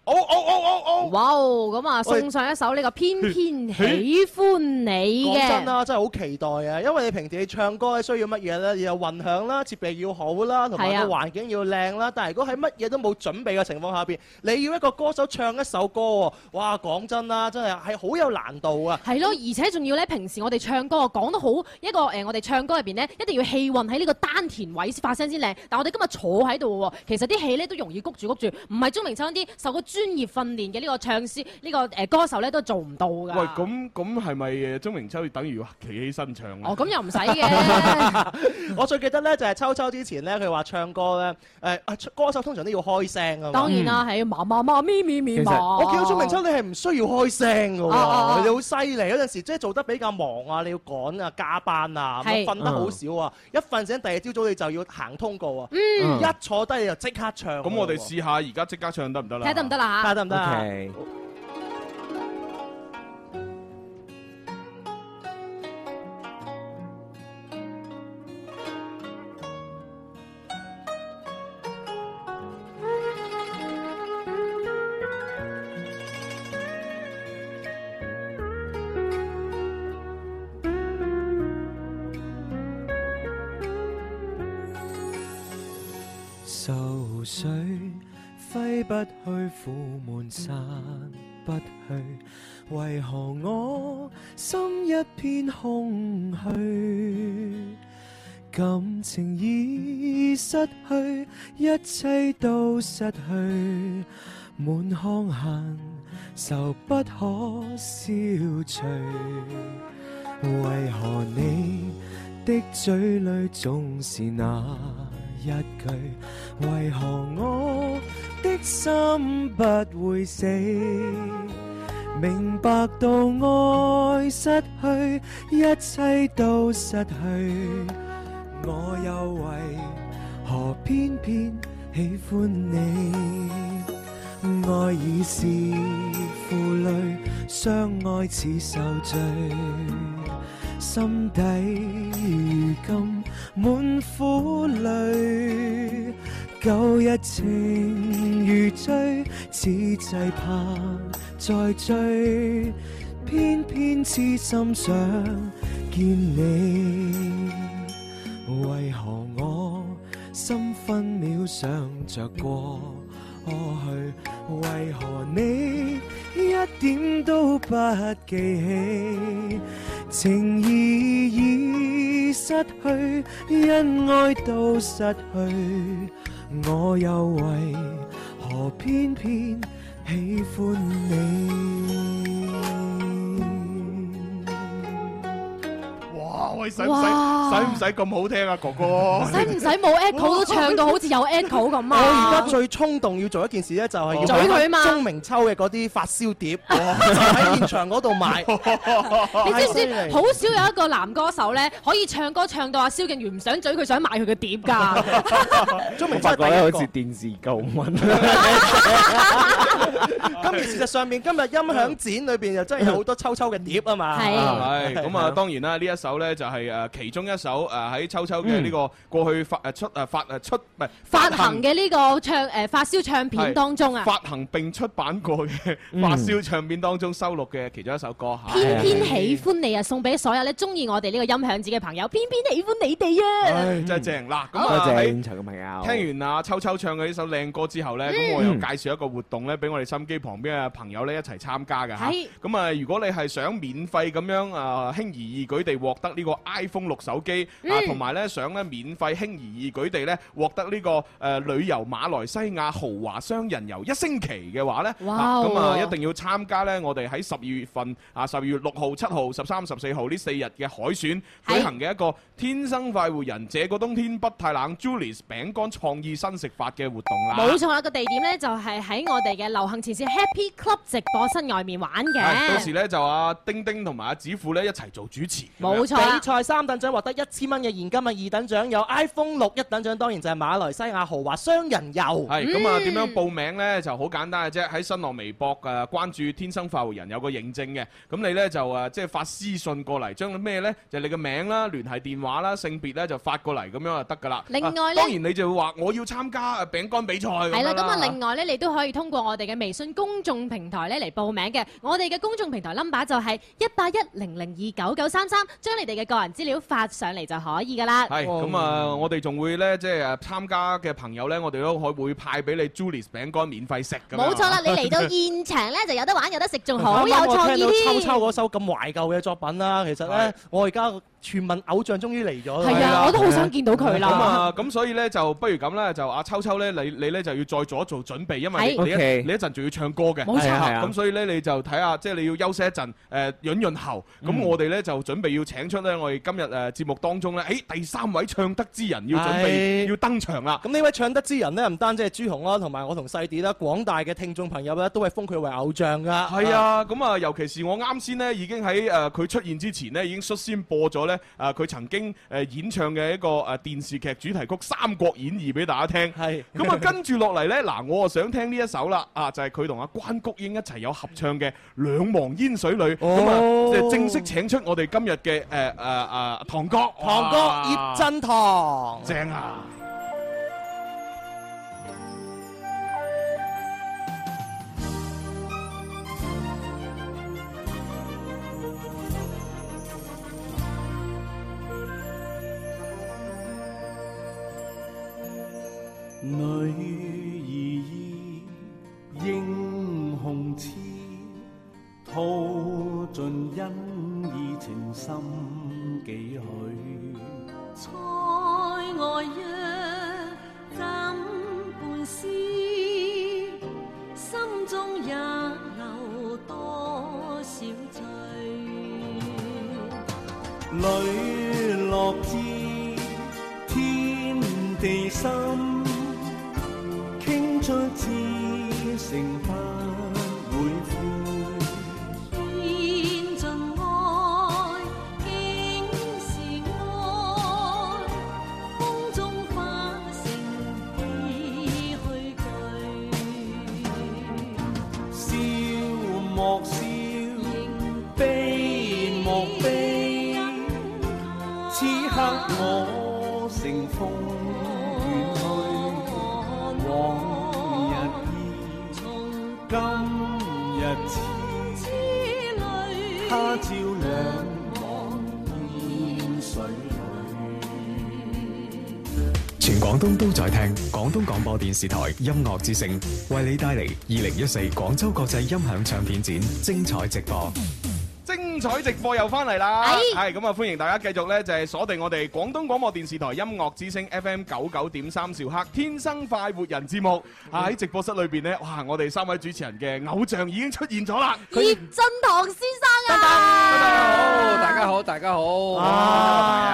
Speaker 8: 哦哦哦哦哦！哇哦，咁啊送上一首呢個偏偏 喜歡你
Speaker 9: 講真
Speaker 8: 嘅。
Speaker 9: 啦，真係好期待啊！因為你平時唱歌咧需要乜嘢咧？你有混響啦，設備要好啦，同
Speaker 8: 係
Speaker 9: 埋
Speaker 8: 啊
Speaker 9: 個環境要靚啦。但係如果喺乜嘢都冇準備嘅情況下邊，你要一個歌手唱一首歌喎，哇！講真啦，真係係好有難度啊！
Speaker 8: 係咯，而且仲要咧，平時我哋唱歌講得好一個誒、呃我哋唱歌入邊咧，一定要氣運喺呢個丹田位先發聲先靚。但我哋今日坐喺度喎，其實啲氣咧都容易谷住谷住，唔係鐘明秋呢啲受過專業訓練嘅呢個唱師呢、個誒、呃歌手咧都做唔到㗎。
Speaker 2: 喂，咁咁係咪誒鐘明秋等於要企起身唱啊
Speaker 8: 哦，咁又唔 使嘅。
Speaker 9: 我最記得咧就係秋秋之前咧，佢話唱歌咧，誒啊歌手通常都要開聲啊嘛。
Speaker 8: 當然啦，係麻麻麻咪咪咪
Speaker 9: 其實
Speaker 8: 麻。
Speaker 9: 我見到鍾明秋你係唔需要開聲嘅
Speaker 8: 啊啊
Speaker 9: 喎
Speaker 8: 啊，
Speaker 9: 哦你好犀利嗰陣時，即係做得比較忙啊，你要趕啊、加班啊，咁
Speaker 8: 係
Speaker 9: 瞓得好少啊，一瞓醒第二朝早你就要行通告啊，
Speaker 8: 嗯
Speaker 9: 一坐低你就即刻唱。
Speaker 2: 咁我哋試下而家即刻唱得唔得啦？
Speaker 8: 睇得唔得啦嚇
Speaker 9: 睇下得唔得啊
Speaker 2: OK
Speaker 17: 愁水揮不去，苦悶散不去，為何我心一片空虛？感情已失去，一切都失去，滿腔恨愁不可消除。為何你的嘴裏總是那一句？為何我的心不會死？明白到愛失去，一切都失去。我又為何偏偏喜歡你？愛已是負累，相愛似受罪，心底如今滿苦淚。舊日情如醉，此際怕再追，偏偏痴心想見你。為何我心分秒想着過去？為何你一點都不記起？情意已失去，恩愛都失去，我又為何偏偏喜歡你？
Speaker 2: 哇！喂，使唔使
Speaker 8: 哇
Speaker 2: 使唔使咁好聽啊，哥哥？
Speaker 8: 使 唔使啊冇 echo 都唱到好似有 echo 咁
Speaker 9: 我而
Speaker 8: 啊
Speaker 9: 家？最衝動要做一件事咧，就係要
Speaker 8: 嘴佢啊嘛
Speaker 9: 買鍾明秋嘅嗰啲發燒碟，就喺現場嗰度買。
Speaker 8: 你
Speaker 9: 你
Speaker 8: 知唔知好少有一個男歌手咧，可以唱歌唱到阿蕭敬元唔想嘴，佢想買佢嘅碟㗎。
Speaker 16: 我發覺咧好似電視舊聞。
Speaker 9: 今年事實上面，今日音響展裏邊又真係有好多秋秋嘅碟啊嘛。
Speaker 2: 係咁啊！當然啦，呢一首咧就係係誒其中一首誒喺秋秋嘅呢個過去發誒出誒發誒出唔係
Speaker 8: 發行嘅呢個唱誒發燒唱片當中啊
Speaker 2: 係，發行並出版過嘅發燒唱片當中收錄嘅其中一首歌嚇。
Speaker 8: 偏偏喜歡你啊，送俾所有咧中意我哋呢個音響子嘅朋友，偏偏喜歡你哋
Speaker 2: 哎
Speaker 8: 啊！
Speaker 2: 唉，真係正嗱，咁
Speaker 16: 嗯多
Speaker 2: 啊
Speaker 16: 謝
Speaker 2: 喺
Speaker 16: 現場嘅朋友。嗯
Speaker 2: 聽完阿秋秋唱嘅呢首靚歌之後呢，咁我又介紹一個活動呢，俾我哋心機旁邊嘅朋友呢一齊參加嘅嚇
Speaker 16: 係。
Speaker 2: 咁啊，如果你係想免費咁樣啊輕而易舉地獲得呢個 iPhone 六手機啊，
Speaker 16: 嗯
Speaker 2: 同埋呢想呢免費輕而易舉地呢獲得呢個誒旅遊馬來西亞豪華雙人遊一星期嘅話呢，
Speaker 16: 哇
Speaker 2: 啊咁啊
Speaker 16: 哦
Speaker 2: 一定要參加呢我哋喺十二月份啊十二月六號、七號、十三、十四號呢四日嘅海選舉行嘅一個天生快活人，這個冬天不太冷 Julius 餅乾創意新食法嘅活動啦。
Speaker 8: 冇錯啦，個地點咧就係喺我哋嘅流行前線 Happy Club 直播室外面玩
Speaker 2: 係啊到時
Speaker 8: 嘅。
Speaker 2: 咧就阿丁丁同埋阿子富咧一齊做主持。
Speaker 8: 冇錯啦
Speaker 9: 比賽三等獎獲得一千蚊嘅現金啊，二等獎有 iPhone 六，一等獎當然就係馬來西亞豪華雙人遊。
Speaker 8: 哦
Speaker 2: 係咁
Speaker 8: 嗯
Speaker 2: 啊，點樣報名呢？就好簡單嘅啫，喺新浪微博誒關注天生快活人有個認證嘅，咁你呢，就誒即係發私信過嚟，將咩呢？就你嘅名啦、聯繫電話啦、性別呢，就發過嚟，咁樣就得㗎啦。
Speaker 8: 另外呢
Speaker 2: 啊當然你就會話我要參加誒呃餅乾比賽樣啦。
Speaker 8: 係啦，咁啊，另外咧，你都可以通過我哋嘅微信公眾平台咧嚟報名嘅。我哋嘅公眾平台 number 就係一八一零零二九九三三，將你哋嘅個人資料發上嚟就可以噶啦。
Speaker 2: 係
Speaker 18: 哦
Speaker 2: 咁啊！我哋仲會咧，即係誒呃參加嘅朋友咧，我哋都可會派俾你 Julius 餅乾免費食咁樣。啊
Speaker 8: 冇錯啦，你嚟到現場咧就有得玩有得食，仲 好
Speaker 9: 啱
Speaker 8: 有
Speaker 9: 啱
Speaker 8: 創
Speaker 9: 我
Speaker 8: 意
Speaker 9: 聽到秋
Speaker 8: 添。
Speaker 9: 秋嗰首咁懷舊嘅作品啦，其實咧，我而家全民偶像終於嚟咗啦。
Speaker 8: 係啊我都好想見到佢啦
Speaker 2: 咁啊，咁所以咧就不如咁啦，就阿秋秋咧，你你咧就要再做一做準備，因為
Speaker 16: 係
Speaker 2: 你你
Speaker 16: OK
Speaker 2: 一你一陣仲要唱歌嘅。
Speaker 16: 冇錯係啊係啊
Speaker 2: 咁所以咧你就睇下，即係你要休息一陣，誒潤潤喉。
Speaker 8: 嗯
Speaker 2: 咁我哋咧就準備要請出咧，我哋今日誒節目當中咧，誒第三位唱得之人要準備
Speaker 9: 係
Speaker 2: 要登場啦。
Speaker 9: 咁呢位唱得之人呢，唔單止係朱紅啦，同埋我同細啲啦，廣大嘅聽眾朋友咧，都係封佢為偶像噶。
Speaker 2: 係啊，咁啊，尤其是我啱先咧，已經喺誒佢出現之前咧，已經率先播咗咧誒佢曾經誒演唱嘅一個誒電視劇主題曲《三國演義》俾大家聽。
Speaker 9: 係。
Speaker 2: 咁 啊，跟住落嚟咧，嗱，我啊想聽呢一首啦，啊，就係佢同阿關谷英一齊有合唱嘅《兩忘煙水裏》。咁啊，就正式請出我哋今日嘅誒誒誒唐哥。
Speaker 9: 堂哥
Speaker 2: 哇
Speaker 9: 葉振棠，
Speaker 2: 正啊！
Speaker 19: 女兒意，英雄痴，吐盡恩義情深幾許。
Speaker 20: 塞外約怎半思？心中也留多少醉？
Speaker 19: 磊落知天地心，傾出至誠不會悔。
Speaker 20: 天盡愛，竟是愛，風中花成唏噓句。
Speaker 19: 笑莫笑，悲莫悲，此刻我乘風遠去，往日意，今日痴，他朝兩望煙水裏。
Speaker 1: 全廣東都在聽廣東廣播電視台音樂之聲，為你帶嚟二零一四廣州國際音響唱片展精彩直播。
Speaker 2: 精彩直播又翻嚟啦，
Speaker 1: 係
Speaker 2: 係咁啊！歡迎大家繼續呢，就係鎖定我哋廣東廣播電視台音樂之聲 FM 九九點三兆赫天生快活人節目啊！喺直播室裏邊呢，哇！我哋三位主持人嘅偶像已經出現咗啦，
Speaker 8: 葉振棠先生啊，
Speaker 18: 大家好，大家好，
Speaker 2: 啊，
Speaker 18: 係啊，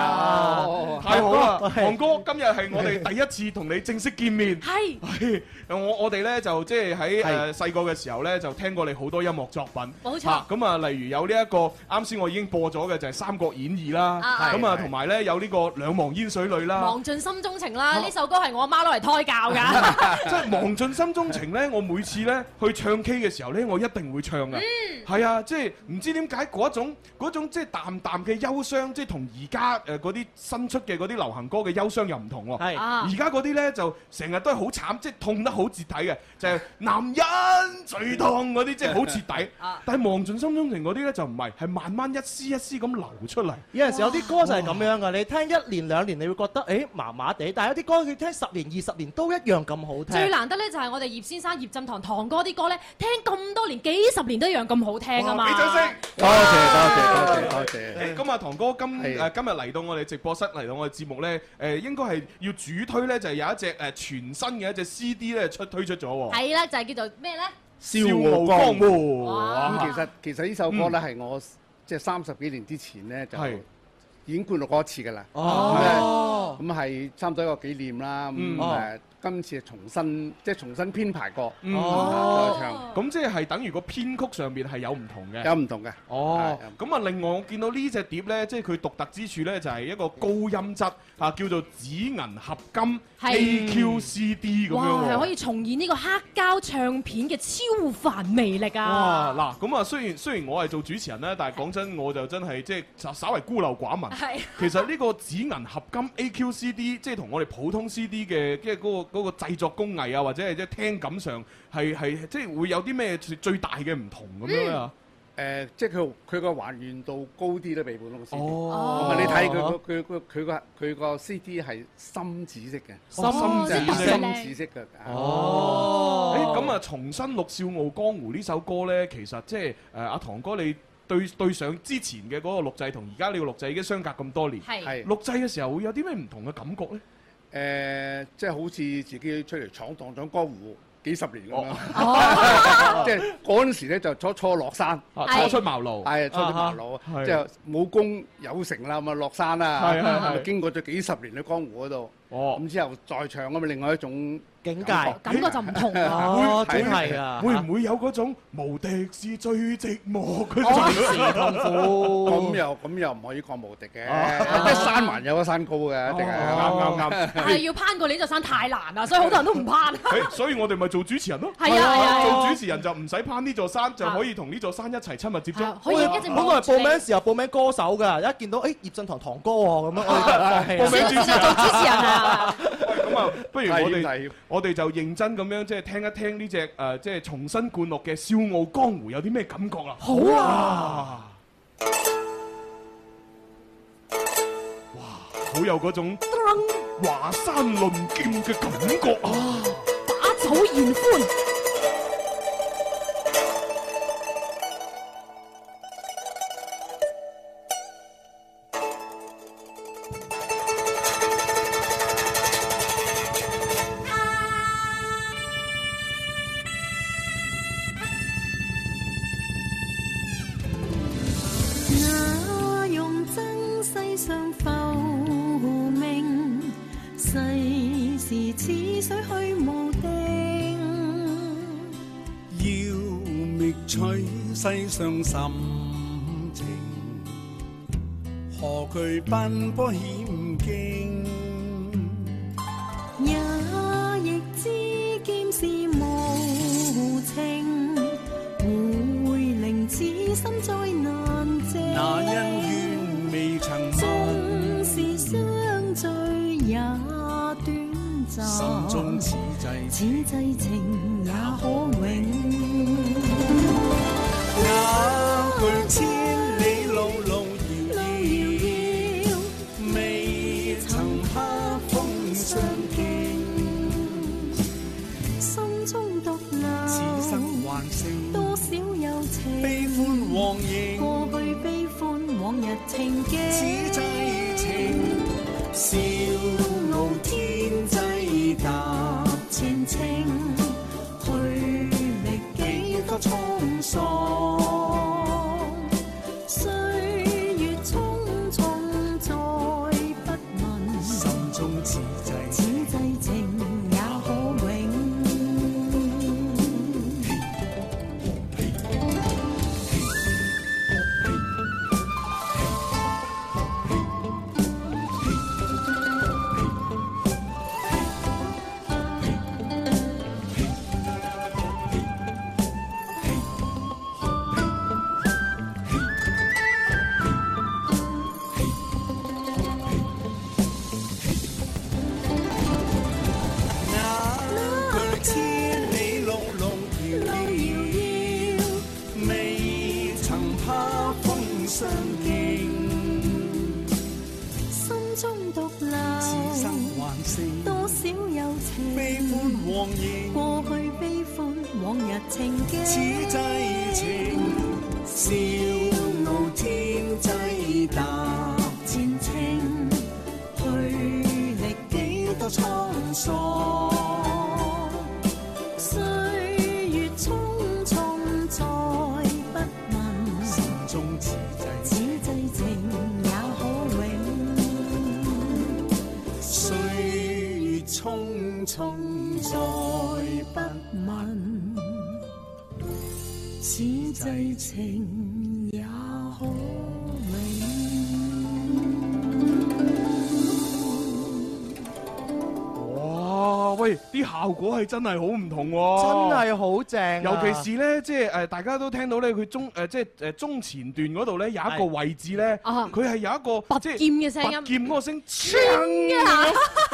Speaker 8: 哦
Speaker 2: 太太好啦，哎
Speaker 9: 係
Speaker 2: 王哥，今日係我哋第一次同你正式見面。
Speaker 8: 係
Speaker 2: 係，我我哋咧就即係喺誒細個嘅時候咧就聽過你好多音樂作品。
Speaker 8: 冇錯
Speaker 2: 嚇咁啊，例如有呢一個啱先我已經播咗嘅就係《三國演義》啦
Speaker 8: 啊啊，
Speaker 2: 咁啊同埋咧有呢個《兩忘煙水裏》啦。
Speaker 8: 忘盡心中情啦，呢首歌係我阿媽攞嚟胎教㗎。
Speaker 2: 即 係忘盡心中情咧，我每次咧去唱 K 嘅時候咧，我一定會唱嘅。係啊，即係唔知點解嗰種嗰種即係淡淡嘅憂傷，即係同而家誒嗰啲新出嘅嗰啲流行歌嘅憂傷又唔同喎。
Speaker 9: 係
Speaker 2: 而家嗰啲咧就成日都係好慘，即係痛得好徹底嘅，就係男人最痛嗰啲，即係好徹底
Speaker 9: 啊。
Speaker 2: 但係忘盡心中情嗰啲咧就唔係，係慢慢一絲一絲咁流出嚟。
Speaker 9: 有陣時有啲歌就係咁樣噶，你聽一年兩年你會覺得誒麻麻地，但係有啲歌佢聽十年二十年都一樣咁好聽。
Speaker 8: 最難得咧就係我哋葉先生、葉振棠、棠哥啲歌咧，聽咁多年幾十年都一樣咁好聽啊嘛！
Speaker 2: 哇俾掌聲
Speaker 18: 多謝多謝多謝多
Speaker 2: 誒
Speaker 18: 謝。
Speaker 2: 咁啊，唐哥今誒今日嚟到我哋直播室嚟到我哋節目咧，誒應該係要主推咧，就係有一隻誒全新嘅一隻 CD 咧出推出咗喎。
Speaker 8: 係啦，就係叫做咩咧？
Speaker 18: 笑傲江湖。
Speaker 8: 哇
Speaker 18: 咁其實其實呢首歌咧係我即係三十幾年之前咧就
Speaker 2: 係
Speaker 18: 已經灌錄過一次㗎啦。
Speaker 9: 哦
Speaker 18: 咁係差唔多一個紀念啦。咁
Speaker 2: 嗯
Speaker 18: 誒今次係重新即係重新編排過。
Speaker 2: 嗯
Speaker 8: 哦
Speaker 18: 再唱，
Speaker 2: 咁即係等於個編曲上邊係有唔同嘅，
Speaker 18: 有唔同嘅。
Speaker 2: 哦，咁啊，另外我見到呢只碟呢，即係佢獨特之處呢，就係一個高音質啊，叫做紫銀合金
Speaker 8: 係
Speaker 2: AQCD 咁
Speaker 8: 哇，
Speaker 2: 樣
Speaker 8: 係
Speaker 2: 喎
Speaker 8: 可以重現呢個黑膠唱片嘅超凡魅力啊！
Speaker 2: 哇！嗱，咁啊，雖然雖然我係做主持人咧，但係講真，我就真係即係稍稍為孤陋寡聞。
Speaker 8: 係
Speaker 2: 其實呢個紫銀合金 AQCD，即係同我哋普通 CD 嘅即係嗰個嗰個製作工藝啊，或者係即係聽感上係係即係會有啲咩最最大嘅唔同咁樣啊？
Speaker 18: 誒，嗯即係佢佢個還原度高啲咧，比普通嘅 CD。
Speaker 2: 哦
Speaker 18: 同埋你睇佢個佢個佢個佢個 CD 係深紫色嘅，
Speaker 2: 哦深紫色
Speaker 18: 深紫色嘅。啊
Speaker 2: 哦，誒咁啊，重新錄《笑傲江湖》呢首歌呢，其實即係誒阿唐哥你對對上之前嘅嗰個錄製同而家呢個錄製已經相隔咁多年，
Speaker 18: 係係
Speaker 2: 錄製嘅時候會有啲咩唔同嘅感覺呢？
Speaker 18: 誒、即係好似自己出嚟闖蕩咗江湖幾十年 咁樣，即係嗰陣時咧就初初落山，
Speaker 2: 啊初出茅廬
Speaker 18: 係啊初出茅廬
Speaker 2: 啊哈，
Speaker 18: 即
Speaker 2: 係
Speaker 18: 係武功有成啦，咁啊落山啦，
Speaker 2: 係係係
Speaker 18: 咁啊經過咗幾十年嘅江湖嗰度，
Speaker 2: 咁
Speaker 18: 之後再唱咁啊另外一種
Speaker 9: 境
Speaker 18: 界
Speaker 8: 感覺就唔同啊
Speaker 9: 哦真係啊
Speaker 2: 會唔會有嗰種無敵是最寂寞嗰
Speaker 18: 哦
Speaker 2: 種？
Speaker 8: 啊
Speaker 18: 咁又咁又唔可以講無敵嘅， 即係山還有一山高嘅，一定係
Speaker 2: 哦 啱啱啱
Speaker 8: 但係要攀過呢座山太難啦，所以好多人都唔攀。
Speaker 2: 誒所以我哋咪做主持人咯。
Speaker 8: 係啊係啊係啊
Speaker 2: 做主持人就唔使攀呢座山，就可以同呢座山一齊親密接觸。
Speaker 9: 我哋本來報名嘅時候報名歌手㗎，一見到誒葉振棠堂哥喎 咁樣，我哋就
Speaker 2: 報名主持人做主持人
Speaker 8: 啊！
Speaker 2: 咁啊，不如我
Speaker 18: 危
Speaker 2: 哋我哋就認真咁樣即係聽一聽呢只誒即係重新灌錄嘅《笑傲江湖》有啲咩感覺啦？
Speaker 8: 好
Speaker 2: 啊！哇，好有嗰種華山論劍嘅感覺啊！
Speaker 8: 把酒言歡。
Speaker 20: 那用爭世上浮名，世事似水去無定。
Speaker 19: 要覓取世上心情，何惧奔波險境？
Speaker 20: 也亦知劍是無情，會令此心再難靜。
Speaker 19: 那恩怨未曾
Speaker 20: 縱
Speaker 19: 忘，
Speaker 20: 是相聚也短暫，
Speaker 19: 心中此際
Speaker 20: 此際情也可永。
Speaker 19: 那句千里路路遙
Speaker 20: 遙遙，
Speaker 19: 未曾怕風霜驚。
Speaker 20: 心中獨留，
Speaker 19: 此生還剩
Speaker 20: 多少友情，
Speaker 19: 悲歡往昔
Speaker 20: 過去悲歡，往日情景。
Speaker 19: 此際情，笑傲天際踏前程，去歷幾多滄桑。
Speaker 20: 歲月匆匆，再不問。
Speaker 10: 相敬，心中獨留，
Speaker 4: 此生還剩
Speaker 10: 多少友情，
Speaker 4: 悲歡往昔
Speaker 10: 過去悲歡，往日情景，
Speaker 4: 此際情
Speaker 10: 笑傲天際踏前程，去歷幾多滄桑。歲月匆匆再不問，心中此際此際情也可永。歲月匆匆再不問，此際情也可
Speaker 2: 哇！喂，啲效果係真係好唔同
Speaker 9: 真
Speaker 2: 喎，
Speaker 9: 係好正啊。
Speaker 2: 尤其是咧，即係誒，大家都聽到咧，佢中誒即係誒中前段嗰度咧有一個位置咧，
Speaker 8: 啊
Speaker 2: 佢係有一個拔劍
Speaker 8: 嘅聲音
Speaker 2: 劍嗰個聲，啊
Speaker 8: 一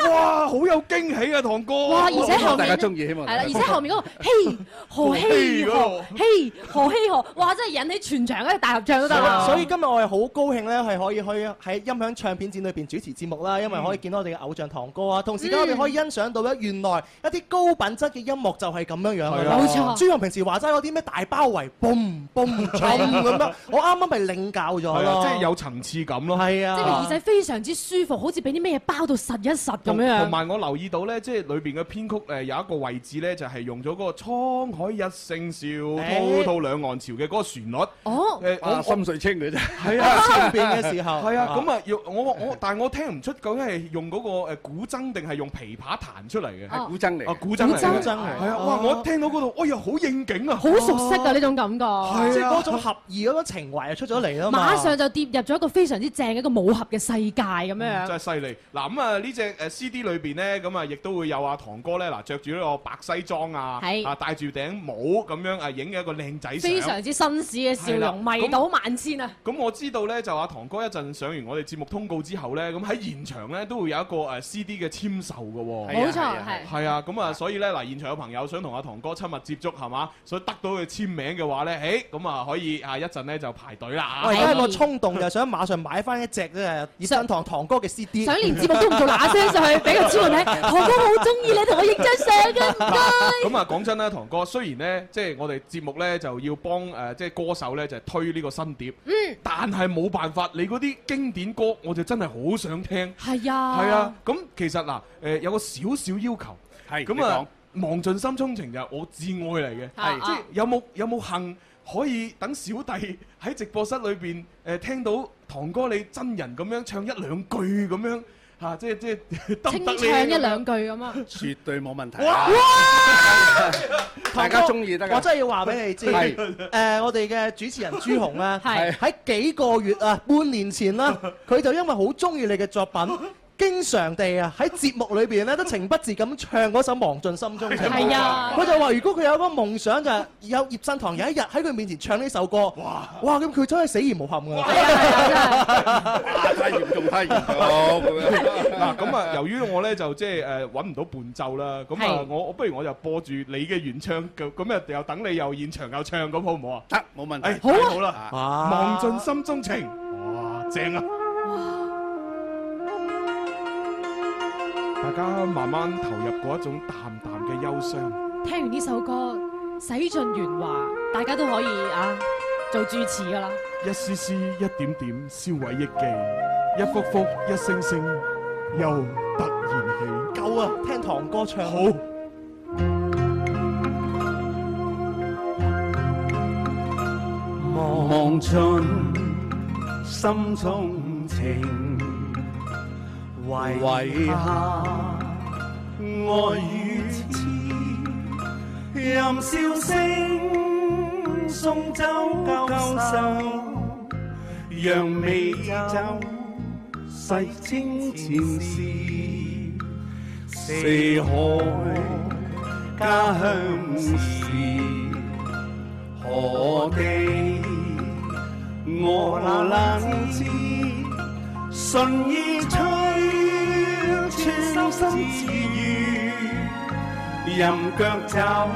Speaker 8: 下
Speaker 2: 哇！好有驚喜啊，堂哥。
Speaker 8: 哇！而且後面呢
Speaker 2: 希望
Speaker 8: 係啦，而且後面嗰個嘿何嘿何嘿何嘿何，哇！真係引起全場嗰個大合唱都得啊啦。
Speaker 9: 所以今日我係好高興咧，係可以去喺音響唱片展裏邊主持節目啦，因為可以見到我哋嘅偶像堂哥啊，同時間我哋可以欣賞到咧，原來一啲高品質嘅音樂就係咁樣樣㗎啦
Speaker 21: 冇錯
Speaker 9: 朱紅平時話齋嗰啲咩大包圍，boom boom 咁樣，我啱啱咪領教咗
Speaker 2: 係啊，
Speaker 9: 咯，
Speaker 2: 即係有層次感咯。
Speaker 9: 係
Speaker 8: 即係個啊耳仔非常之舒服，好似俾啲咩嘢包到實一實咁
Speaker 2: 啊同
Speaker 8: 樣。
Speaker 2: 同埋我留意到咧，即係裏邊嘅編曲誒有一個位置咧，就係用咗嗰個滄海一聲笑，滔滔兩岸潮嘅嗰個旋律。
Speaker 8: 哦
Speaker 2: 誒
Speaker 18: 啊心水清嘅啫，
Speaker 2: 係啊，
Speaker 18: 前邊嘅時候
Speaker 2: 係啊，
Speaker 18: 啊
Speaker 2: 咁啊，用我我，但係我聽唔出究竟係用嗰個誒呃古箏定係用琵琶彈出嚟嘅，
Speaker 18: 係古箏嚟嘅
Speaker 2: 啊古箏嚟嘅，
Speaker 18: 古箏嚟
Speaker 2: 係啊，哇！
Speaker 9: 哦
Speaker 2: 我一聽到嗰度，哎呀，好應景啊，
Speaker 8: 好熟悉啊呢種感覺，
Speaker 9: 哦即係嗰種合意嗰種情懷就出咗嚟啦嘛。
Speaker 8: 馬上就跌入咗一個非常之正嘅一個武俠嘅世界咁樣。
Speaker 2: 真係犀利！嗱咁啊，呢只誒 CD 裏邊咧，咁啊亦都會有阿堂哥咧，嗱着住呢個白西裝啊，
Speaker 8: 係
Speaker 2: 啊戴住頂帽咁樣啊，影嘅一個靚仔相
Speaker 8: 非常之紳士嘅笑容，
Speaker 2: 係啦
Speaker 8: 迷倒萬千啊！
Speaker 2: 咁我知道咧，就阿堂哥一陣上完我哋節目通告之後咧，咁喺現場咧都會有一個誒 CD 嘅簽售嘅喎。
Speaker 8: 冇錯係啊係啊係
Speaker 2: 係啊，咁啊，所以咧嗱，現場有朋友想同阿堂哥親密接觸係嘛，所以得到佢簽名嘅話咧，誒咁啊可以啊一陣咧就排隊
Speaker 8: 啊
Speaker 2: 啦。啊
Speaker 9: 我而
Speaker 8: 哎
Speaker 9: 家有個衝動，就想馬上買翻一隻誒葉振堂堂哥嘅 CD。
Speaker 8: 想連節目都唔做嗱聲上去俾個 超人睇，堂哥我好中意你，同我影張相嘅。
Speaker 2: 嗱咁啊，講真啦，堂哥，雖然咧，即係我哋節目咧就要幫誒，即係歌手咧就係推呢個新碟，
Speaker 8: 嗯，
Speaker 2: 但係冇辦法，你嗰啲經典歌，我就真係好想聽。
Speaker 8: 係啊，
Speaker 2: 係啊，，咁其實嗱，誒有個少少要求，係咁啊，忘盡心中情就係我至愛嚟嘅，
Speaker 8: 係
Speaker 2: 即係有冇有冇幸可以等小弟 喺直播室裏邊誒聽到堂哥你真人咁樣唱一兩句咁樣嚇，即係即係得唔
Speaker 8: 清
Speaker 2: 得
Speaker 8: 唱一
Speaker 2: 咧？
Speaker 8: 兩句咁啊！
Speaker 18: 絕對冇問題。
Speaker 2: 哇
Speaker 18: 大家中意得㗎
Speaker 9: 我真係要話俾你知，
Speaker 18: 係
Speaker 9: 誒，我哋嘅主持人朱紅 咧，
Speaker 18: 係
Speaker 9: 喺幾個月啊，半年前啦， 佢就因為好中意你嘅作品。經常地啊喺節目裏邊咧都情不自禁唱嗰首《忘盡心中情》，
Speaker 8: 係啊
Speaker 9: 佢就話如果佢有個夢想就係有葉振棠有一日喺佢面前唱呢首歌，哇咁佢真係死而無憾㗎。
Speaker 18: 太嚴重，太嚴重咁樣。
Speaker 2: 嗱咁啊，由於我咧就即係誒揾唔到伴奏啦，咁啊
Speaker 18: 係
Speaker 2: 我我不如我就播住你嘅原唱，咁咁啊又等你又現場又唱，咁好唔好啊？
Speaker 18: 得，冇問
Speaker 2: 題。
Speaker 18: 好啊
Speaker 2: 太好啦，忘盡心中情，哇，正啊！大家慢慢投入嗰一種淡淡嘅憂傷。
Speaker 8: 聽完呢首歌，洗盡鉛華，大家都可以啊做主持噶啦。
Speaker 2: 一絲絲，一點點，燒毀憶記；一幅幅，一聲聲，又突然起。
Speaker 9: 夠啊！聽堂哥唱
Speaker 2: 好。
Speaker 19: 望盡心中情，
Speaker 4: 遺
Speaker 19: 遺
Speaker 4: 下
Speaker 19: 下
Speaker 4: 愛與痴，任笑聲送走舊愁，
Speaker 19: 讓美
Speaker 4: 走
Speaker 19: 世清前事。
Speaker 4: 四
Speaker 19: 四海家鄉事，何地我那冷知？
Speaker 4: 唇意吹穿心自如，
Speaker 19: 任腳走，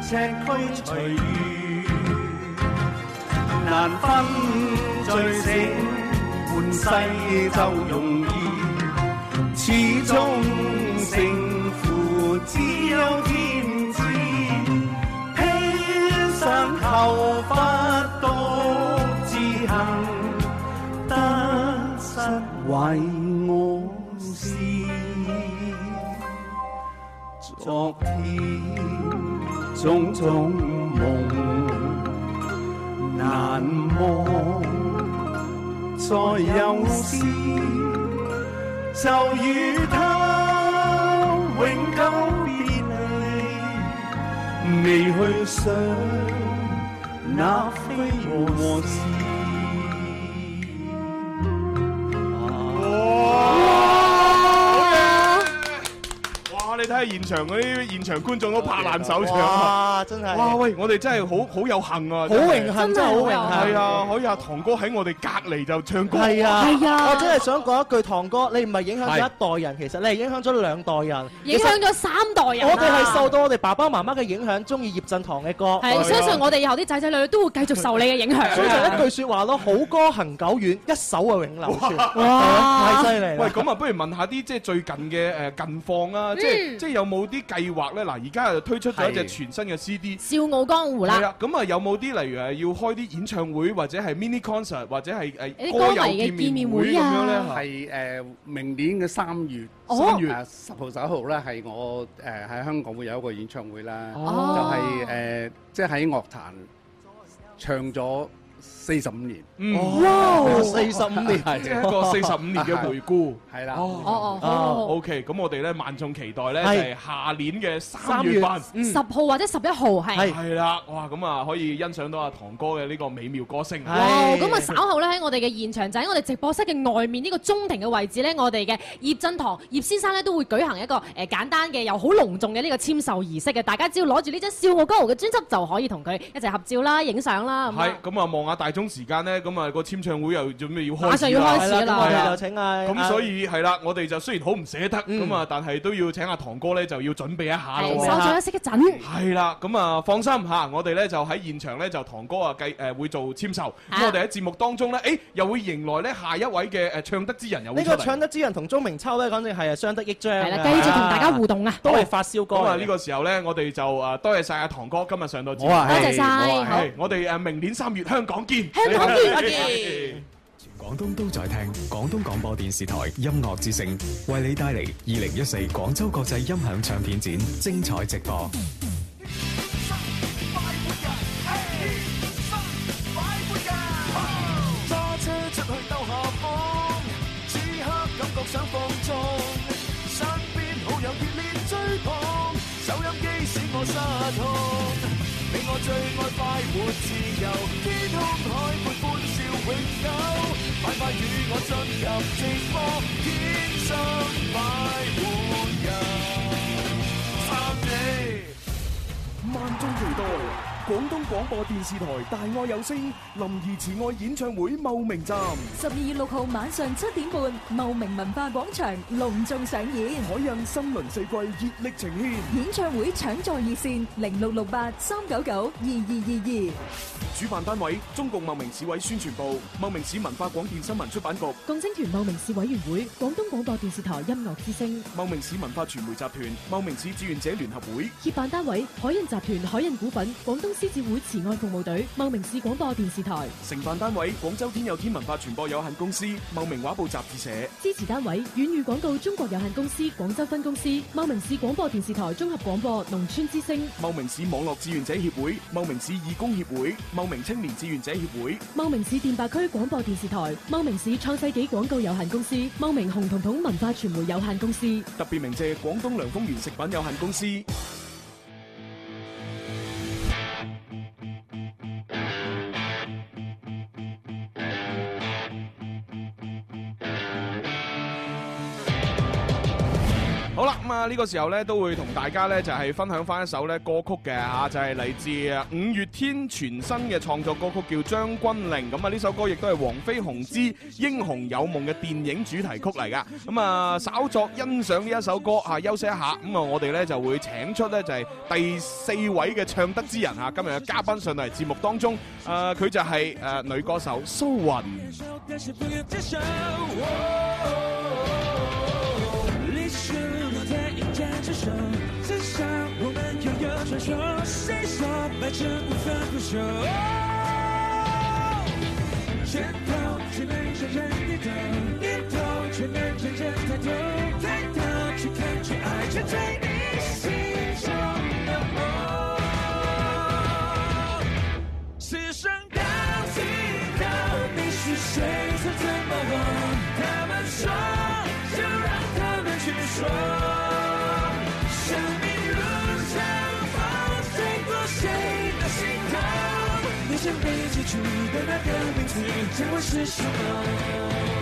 Speaker 4: 赤區隨遇。
Speaker 19: 那難分醉醒，換世就容易，始終勝負只有天知，披上頭髮多自行，得失為我事。昨天種種夢，難忘再有時，就與他永久別離，未去想那非我事。
Speaker 2: 哇！你睇下現場嗰啲現場觀眾都拍爛手掌啊
Speaker 9: 哇真係
Speaker 2: 哇喂！我哋真係好好有幸啊！
Speaker 9: 好榮幸真係好榮幸
Speaker 2: 係啊！可以阿唐哥喺我哋隔離就唱歌。
Speaker 9: 係啊，我真
Speaker 2: 係
Speaker 9: 係想講一句，唐哥，你唔係影響咗一代人，其實你係影響咗兩代人，
Speaker 8: 影響咗三代人
Speaker 9: 我
Speaker 8: 啊。
Speaker 9: 哋係受到我哋爸爸媽媽嘅影響，中意葉振棠嘅歌。
Speaker 2: 啊
Speaker 8: 係啊相信我哋以後啲仔仔女女都會繼續受你嘅影響。
Speaker 9: 啊
Speaker 8: 啊
Speaker 9: 所以就一句説話咯，好歌行久遠，一首啊永流傳。
Speaker 2: 哇
Speaker 9: 係啊太犀利
Speaker 2: 喂，
Speaker 9: 啦！
Speaker 2: 咁啊，不如問下啲即係最近嘅誒近況
Speaker 8: 嗯
Speaker 2: 啊，即係即係有冇啲計劃咧？嗱，而家又推出咗一隻
Speaker 9: 係
Speaker 2: 全新嘅 CD。
Speaker 8: 笑傲江湖
Speaker 2: 係
Speaker 8: 啦
Speaker 2: 啊，，咁啊有冇啲例如誒要開啲演唱會或者係 mini concert 或者係
Speaker 8: 啲
Speaker 2: 誒
Speaker 8: 歌迷
Speaker 2: 友
Speaker 8: 嘅見面啊
Speaker 2: 會咁樣咧？
Speaker 18: 係誒明年嘅三月。
Speaker 2: 哦
Speaker 18: 三月啊十號、十一號咧，係我誒喺香港會有一個演唱會啦，就
Speaker 2: 哦
Speaker 18: 係誒即係喺樂壇唱咗四十五年
Speaker 2: 嗯。
Speaker 9: 哇45年
Speaker 2: 即係一個四十五年嘅回顧，
Speaker 18: 係啦。
Speaker 8: 哦哦好
Speaker 2: 啊
Speaker 8: 好好
Speaker 2: ，OK，咁我哋咧萬眾期待咧就
Speaker 9: 係
Speaker 2: 係下年嘅三月份。
Speaker 8: 十號或者十一號係。
Speaker 2: 係啦，哇！咁啊，可以欣賞到阿唐哥嘅呢個美妙歌聲。
Speaker 8: 哇！咁啊，稍後咧喺我哋嘅現場，就喺我哋直播室嘅外面呢個中庭嘅位置咧，我哋嘅葉振堂葉先生咧都會舉行一個誒簡單嘅又好隆重嘅呢個簽售儀式嘅。大家只要攞住呢張《笑傲江湖》嘅專輯就可以同佢一齊合照啦、影相啦咁
Speaker 2: 係
Speaker 8: 啊。
Speaker 2: 咁啊，望下大鐘時間咧，咁啊個簽唱會又準備要開始啦
Speaker 8: 馬上要開始
Speaker 2: 係
Speaker 8: 啦咁我哋
Speaker 2: 係啊
Speaker 9: 就請啊
Speaker 2: 咁所以係啦，我哋就雖然好唔捨得咁啊，但係都要請阿唐哥咧就要準備一下
Speaker 8: 係
Speaker 2: 咯。
Speaker 8: 稍咗一息一陣。
Speaker 2: 係啦，咁啊放心嚇，我哋咧就喺現場咧就唐哥啊計誒會做簽售，咁我哋喺節目當中咧，誒又會迎來咧下一位嘅誒唱得之人又會
Speaker 9: 呢
Speaker 2: 出
Speaker 9: 個
Speaker 2: 嚟。
Speaker 9: 唱得之人同鐘明秋咧，簡直係啊相得益彰。係
Speaker 2: 啦繼續同大家
Speaker 8: 互動啊，
Speaker 9: 都係發燒歌
Speaker 2: 咁
Speaker 9: 嚟
Speaker 2: 啊
Speaker 9: 嘅。
Speaker 2: 呢個時候咧，我哋就啊多謝晒阿唐哥今日上到節目，
Speaker 9: 我啊係多謝晒
Speaker 1: 我啊係
Speaker 2: 係我哋誒明年三月香港見，
Speaker 1: 香 港見
Speaker 2: 係
Speaker 1: 見廣東都在聽廣東廣播電視台音樂之聲，為你帶嚟二零一四廣州國際音響唱片展精彩直播。
Speaker 4: 揸車出去兜下風，此刻感覺想放縱，身邊好友熱烈追捧，收音機使我失控。你我最愛快活自由，天空海闊歡笑永久，快快與我進入直播，天生快活人，三你。
Speaker 10: 萬眾期待廣東廣播電視台《大愛有聲》林怡慈愛演唱會茂名站。
Speaker 7: 十二月六號晚上七點半，茂名文化廣場隆重上演。
Speaker 10: 海印新輪四季熱力呈現，
Speaker 7: 演唱會搶座熱線零六六八三九九二二二二。
Speaker 10: 主辦單位中共茂名市委宣傳部、茂名市文化廣電新聞出版局、
Speaker 22: 共青團茂名市委員會、廣東廣播電視台音樂之聲、
Speaker 10: 茂名市文化傳媒集團、茂名市志願者聯合會。
Speaker 22: 協辦單位海印集團、海印股份、廣東獅子會慈愛服務隊、茂名市廣播電視台。
Speaker 10: 承辦單位廣州天有天文化傳播有限公司、茂名畫報雜誌社。
Speaker 22: 支持單位：遠譽廣告中國有限公司廣州分公司、茂名市廣播電視台綜合廣播農村之聲、
Speaker 10: 茂名市網絡志願者協會、茂名市義工協會、茂名青年志願者協會、
Speaker 22: 茂名市電白區廣播電視台、茂名市創世紀廣告有限公司、茂名紅彤彤文化傳媒有限公司。
Speaker 10: 特別鳴謝廣東涼風園食品有限公司。
Speaker 2: 好啦，咁啊呢個時候咧都會同大家咧就係分享翻一首咧歌曲嘅吓，就係嚟自啊五月天全新嘅創作歌曲叫《將軍令》。咁啊呢首歌亦都係黃飛鴻之《英雄有夢》嘅電影主題曲嚟噶。咁啊稍作欣賞呢一首歌啊，休息一下。咁啊我哋咧就會請出咧就係第四位嘅唱得之人啊，今日嘅嘉賓上到嚟節目當中，誒佢就係誒女歌手蘇雲。
Speaker 10: 但是不要接受。哦历史留在赢家之手，至少我们拥有传说。谁说白痴无法回首？拳头只能承认低头，念头却能承认抬头，抬头去看去爱，却在你心中流梦。世上到底到底是谁在怎么我？他们说，就让他们去说。生命如长风，吹过谁的心头？你想被记住的那个名字，将会是什么？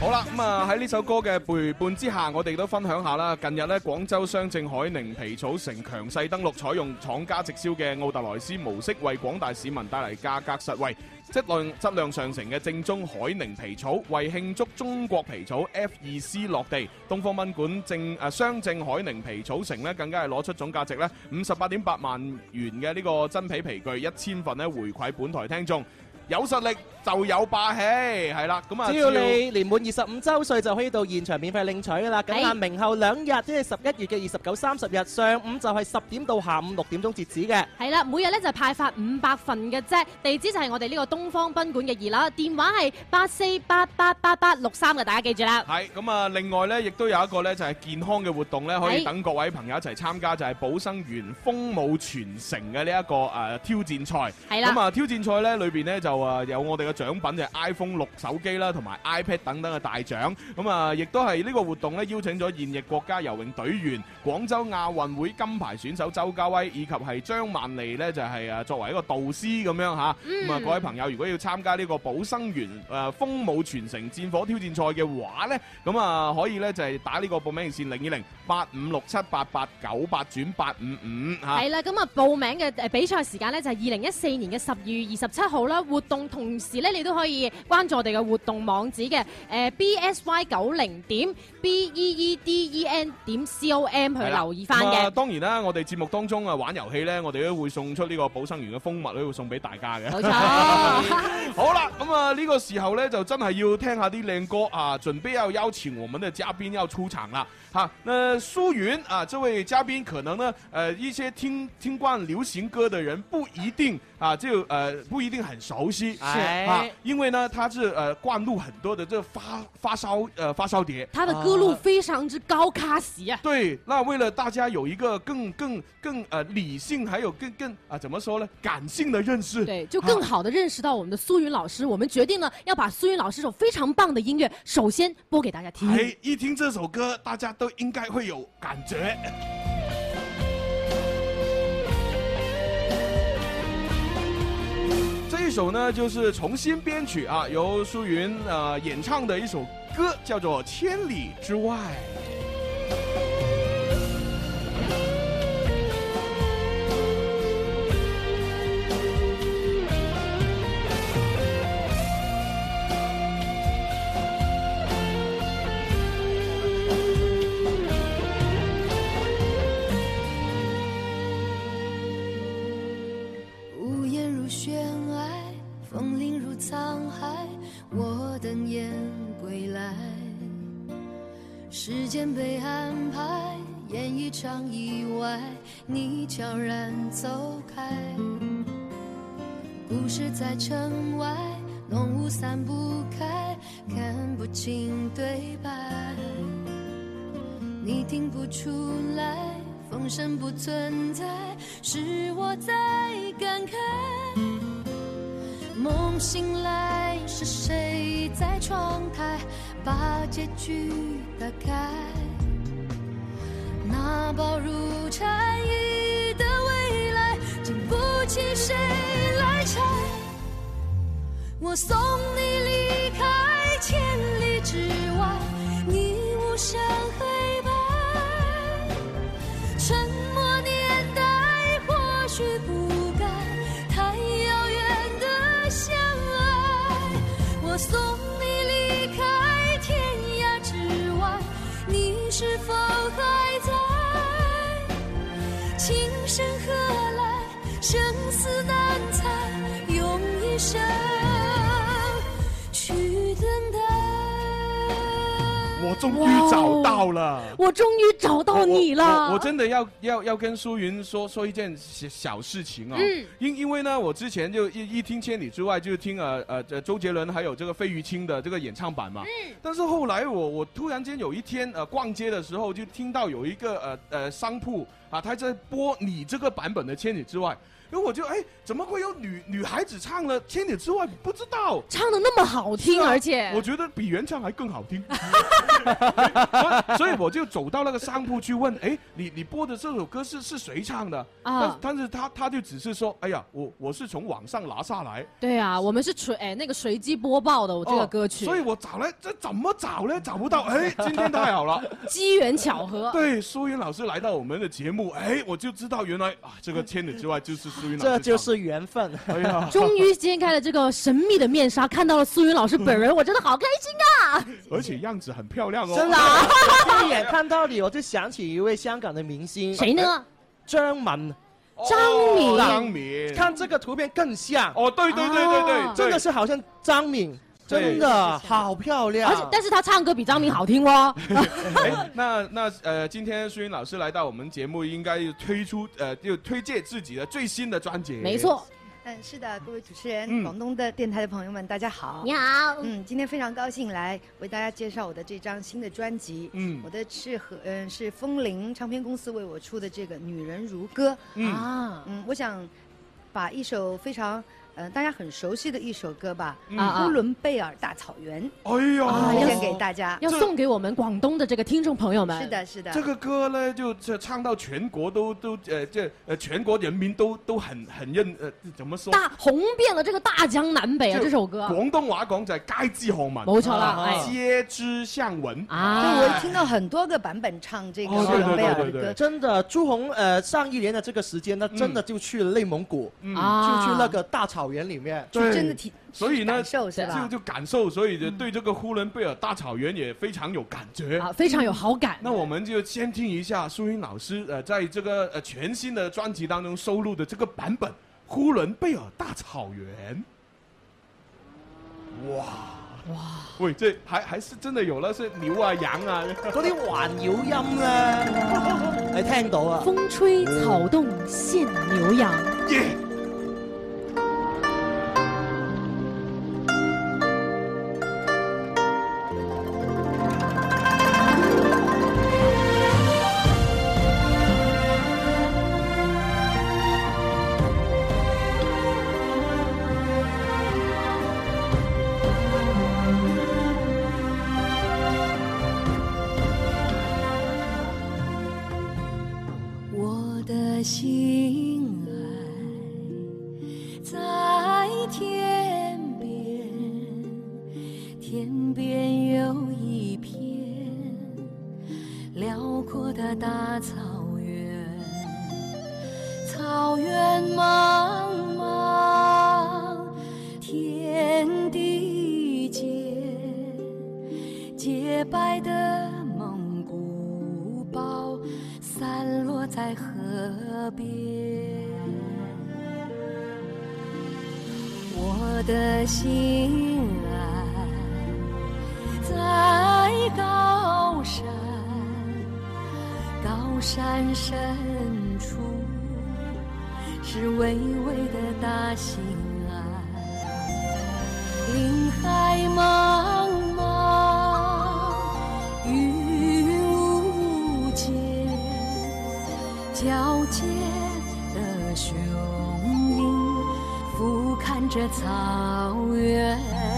Speaker 2: 好啦，咁啊喺呢首歌嘅陪伴之下，我哋都分享下啦。近日咧，廣州商證海寧皮草城強勢登陸，採用廠家直銷嘅奧特萊斯模式，為廣大市民帶嚟價格實惠、質量質量上乘嘅正宗海寧皮草，為慶祝中國皮草 F 二 C 落地，東方賓館正誒商證海寧皮草城咧，更加係攞出總價值咧五十八點八萬元嘅呢個真皮皮具一千份咧，回饋本台聽眾。有實力就有霸氣，係啦，咁啊，
Speaker 9: 只要你年滿二十五周歲就可以到現場免費領取㗎啦。咁
Speaker 2: 哎
Speaker 9: 啊，明後兩日即係十一月嘅二十九、三十日，上午就係十點到下午六點鐘截止嘅。
Speaker 8: 係啦，每日咧就派發五百份嘅啫，地址就係我哋呢個東方賓館嘅二樓，電話係八四八八八八六三嘅，大家記住啦。
Speaker 2: 係咁啊！另外咧，亦都有一個咧就係健康嘅活動咧，可以
Speaker 8: 係
Speaker 2: 等各位朋友一齊參加，就係保生園風舞全城嘅呢一個誒挑戰賽。
Speaker 8: 係啦
Speaker 2: 咁啊，挑戰賽咧裏邊咧就啊有我哋嘅獎品就係 iPhone 六手機啦，同埋 iPad 等等嘅大獎。咁啊，亦都係呢個活動咧邀請咗現役國家游泳隊員、廣州亞運會金牌選手周家威，以及係張曼妮咧就係啊作為一個導師咁樣吓。咁啊，
Speaker 8: 嗯
Speaker 2: 各位朋友如果要參加呢個保生園誒風舞全城戰火挑戰賽嘅話咧，咁啊可以咧就係打呢個報名熱線零二零八五六七八八九八轉八五五嚇。
Speaker 8: 係啦，咁啊報名嘅誒比賽時間咧就係二零一四年嘅十二月二十七號啦。活動同時咧，你都可以呃關注我哋嘅活動網址嘅呃誒 BSY 九零 E 點 BEEDEN 點 COM 去
Speaker 2: 係啦
Speaker 8: 留意翻
Speaker 2: 咁啊
Speaker 8: 嘅。
Speaker 2: 當然啦，我哋節目當中啊玩遊戲咧，我哋都會送出呢個保生園嘅蜂蜜咧，會送俾大家嘅。冇錯。 好啦，咁啊呢個時候咧就真係要聽下啲靚歌啊！準備要邀請我們的嘉賓要出場啦。哈，那蘇雲啊，這位嘉賓可能呢，呃，一些聽聽慣流行歌的人不一定啊，就呃不一定很熟悉，
Speaker 9: 哎
Speaker 2: 啊，因为呢，他是呃灌入很多的这发发烧呃发烧碟，
Speaker 8: 他的歌路非常之高卡席啊！
Speaker 2: 对，那为了大家有一个更更更呃理性，还有更更啊、怎么说呢？感性的认识。
Speaker 8: 对，就更好的认识到我们的苏云老师。我们决定呢，要把苏云老师这首非常棒的音乐，首先播给大家听。
Speaker 2: 哎，一听这首歌，大家都应该会有感觉。这一首呢，就是重新编曲啊，由苏云呃演唱的一首歌，叫做《千里之外》。
Speaker 23: 午夜如悬崖，风铃如沧海，我等雁归来。时间被安排，演一场意外，你悄然走开。故事在城外，浓雾散不开，看不清对白。你听不出来，风声不存在，是我在感慨。梦醒来，是谁在窗台把结局打开？那薄如蝉翼的未来，经不起谁来拆。我送你离开千里之外，你无声黑白。
Speaker 2: 终于找到了。
Speaker 14: 哦我终于找到你
Speaker 2: 哎我
Speaker 14: 了。
Speaker 2: 我我真的要要要跟苏云说说一件小小事情啊、
Speaker 14: 嗯
Speaker 2: 因因为呢，我之前就一一听《千里之外》，就是听呃呃呃周杰伦还有这个费玉清的这个演唱版嘛。
Speaker 19: 嗯
Speaker 2: 但是后来我我突然间有一天呃逛街的时候，就听到有一个呃呃商铺啊，他在播你这个版本的《千里之外》。因为我就哎，怎么会有女女孩子唱了《千里之外》？不知道
Speaker 14: 唱的那么好听
Speaker 2: 是啊
Speaker 14: 而且
Speaker 2: 我觉得比原唱还更好听。所以我就走到那个商铺去问，哎，你你播的这首歌是是谁唱的？
Speaker 8: 啊
Speaker 2: 但但是他他就只是说，哎呀，我我是从网上拿下来。
Speaker 8: 对啊，我们是随哎那个随机播报的，我这个歌曲。
Speaker 2: 哦所以我找了，这怎么找呢？找不到， 哎，今天太好了，
Speaker 8: 机缘巧 合
Speaker 2: 对，苏云老师来到我们的节目，哎，我就知道原来啊，
Speaker 8: 嗯
Speaker 2: 这个千里之外就是苏云老师唱的。
Speaker 9: 这就是缘分。
Speaker 2: 哎 呀，
Speaker 8: 终于揭开了这个神秘的面纱，看到了苏云老师本人，我真的好开心啊！
Speaker 2: 而且样子很漂亮哦。
Speaker 9: 真的、啊，一眼看到你我就想起一位香港的明星，哎
Speaker 2: 谁呢？
Speaker 9: 张敏。
Speaker 2: 张敏哦张敏
Speaker 9: 看这个图片更像。啊
Speaker 2: 哦，对对对对对
Speaker 9: 真的是好像张敏，
Speaker 2: 对
Speaker 9: 真的好漂亮。
Speaker 8: 而且，但是他唱歌比张明好听哦。
Speaker 2: 哎，那那呃，今天苏云老师来到我们节目，应该就推出呃，就推荐自己的最新的专辑。。。
Speaker 11: 嗯，是的，各位主持人，
Speaker 2: 嗯
Speaker 11: 广东的电台的朋友们，大家好。
Speaker 14: 你好
Speaker 11: 嗯，今天非常高兴来为大家介绍我的这张新的专辑。
Speaker 14: 嗯
Speaker 11: 我的是和嗯是风铃唱片公司为我出的这个《女人如歌》
Speaker 14: 嗯
Speaker 11: 啊。嗯，我想把一首非常呃大家很熟悉的一首歌吧，
Speaker 8: 嗯啊啊
Speaker 11: 呼伦贝尔大草原》
Speaker 2: 哎呦
Speaker 11: 啊推荐给大家。
Speaker 8: 要送给我们广东的这个听众朋友们。
Speaker 11: 是的，是的。
Speaker 2: 这个歌呢，就这唱到全国都都呃，这呃全国人民都都很很认呃，怎么说？
Speaker 8: 大红遍了这个大江南北啊！
Speaker 2: 就
Speaker 8: 这首歌，
Speaker 2: 广东話講就係街知巷聞，
Speaker 8: 冇錯啦哎啊
Speaker 2: 街知巷聞
Speaker 11: 就我听到很多个版本唱这个
Speaker 2: 啊哦
Speaker 11: 呼
Speaker 2: 对
Speaker 11: 伦贝尔
Speaker 2: 对
Speaker 11: 的
Speaker 2: 对
Speaker 11: 歌，
Speaker 9: 真的，朱红呃上一年的这个时间呢，真的就去了内蒙古，就
Speaker 11: 嗯啊
Speaker 9: 去那个大草原里面，
Speaker 2: 对
Speaker 9: 挺。
Speaker 2: 所以呢，
Speaker 9: 感
Speaker 2: 就
Speaker 9: 受是吧
Speaker 2: 就感受，所以就对这个呼伦贝尔大草原也非常有感觉嗯
Speaker 8: 啊非常有好感。
Speaker 2: 那我们就先听一下苏云老师呃，在这个呃全新的专辑当中收录的这个版本《呼伦贝尔大草原》。哇哇！喂，这还还是真的有那些牛啊羊啊，
Speaker 9: 嗰啲環繞音咧，你聽到啊？
Speaker 8: 風吹草動現牛羊。
Speaker 10: 我的心爱在天边，天边有一片辽阔的大草原，草原茫茫，天地间，洁白的蒙古包。散落在河边。我的心爱在高山，高山深处是巍巍的大兴安，林海茫茫，云无间。矫健的雄鹰俯瞰着草原。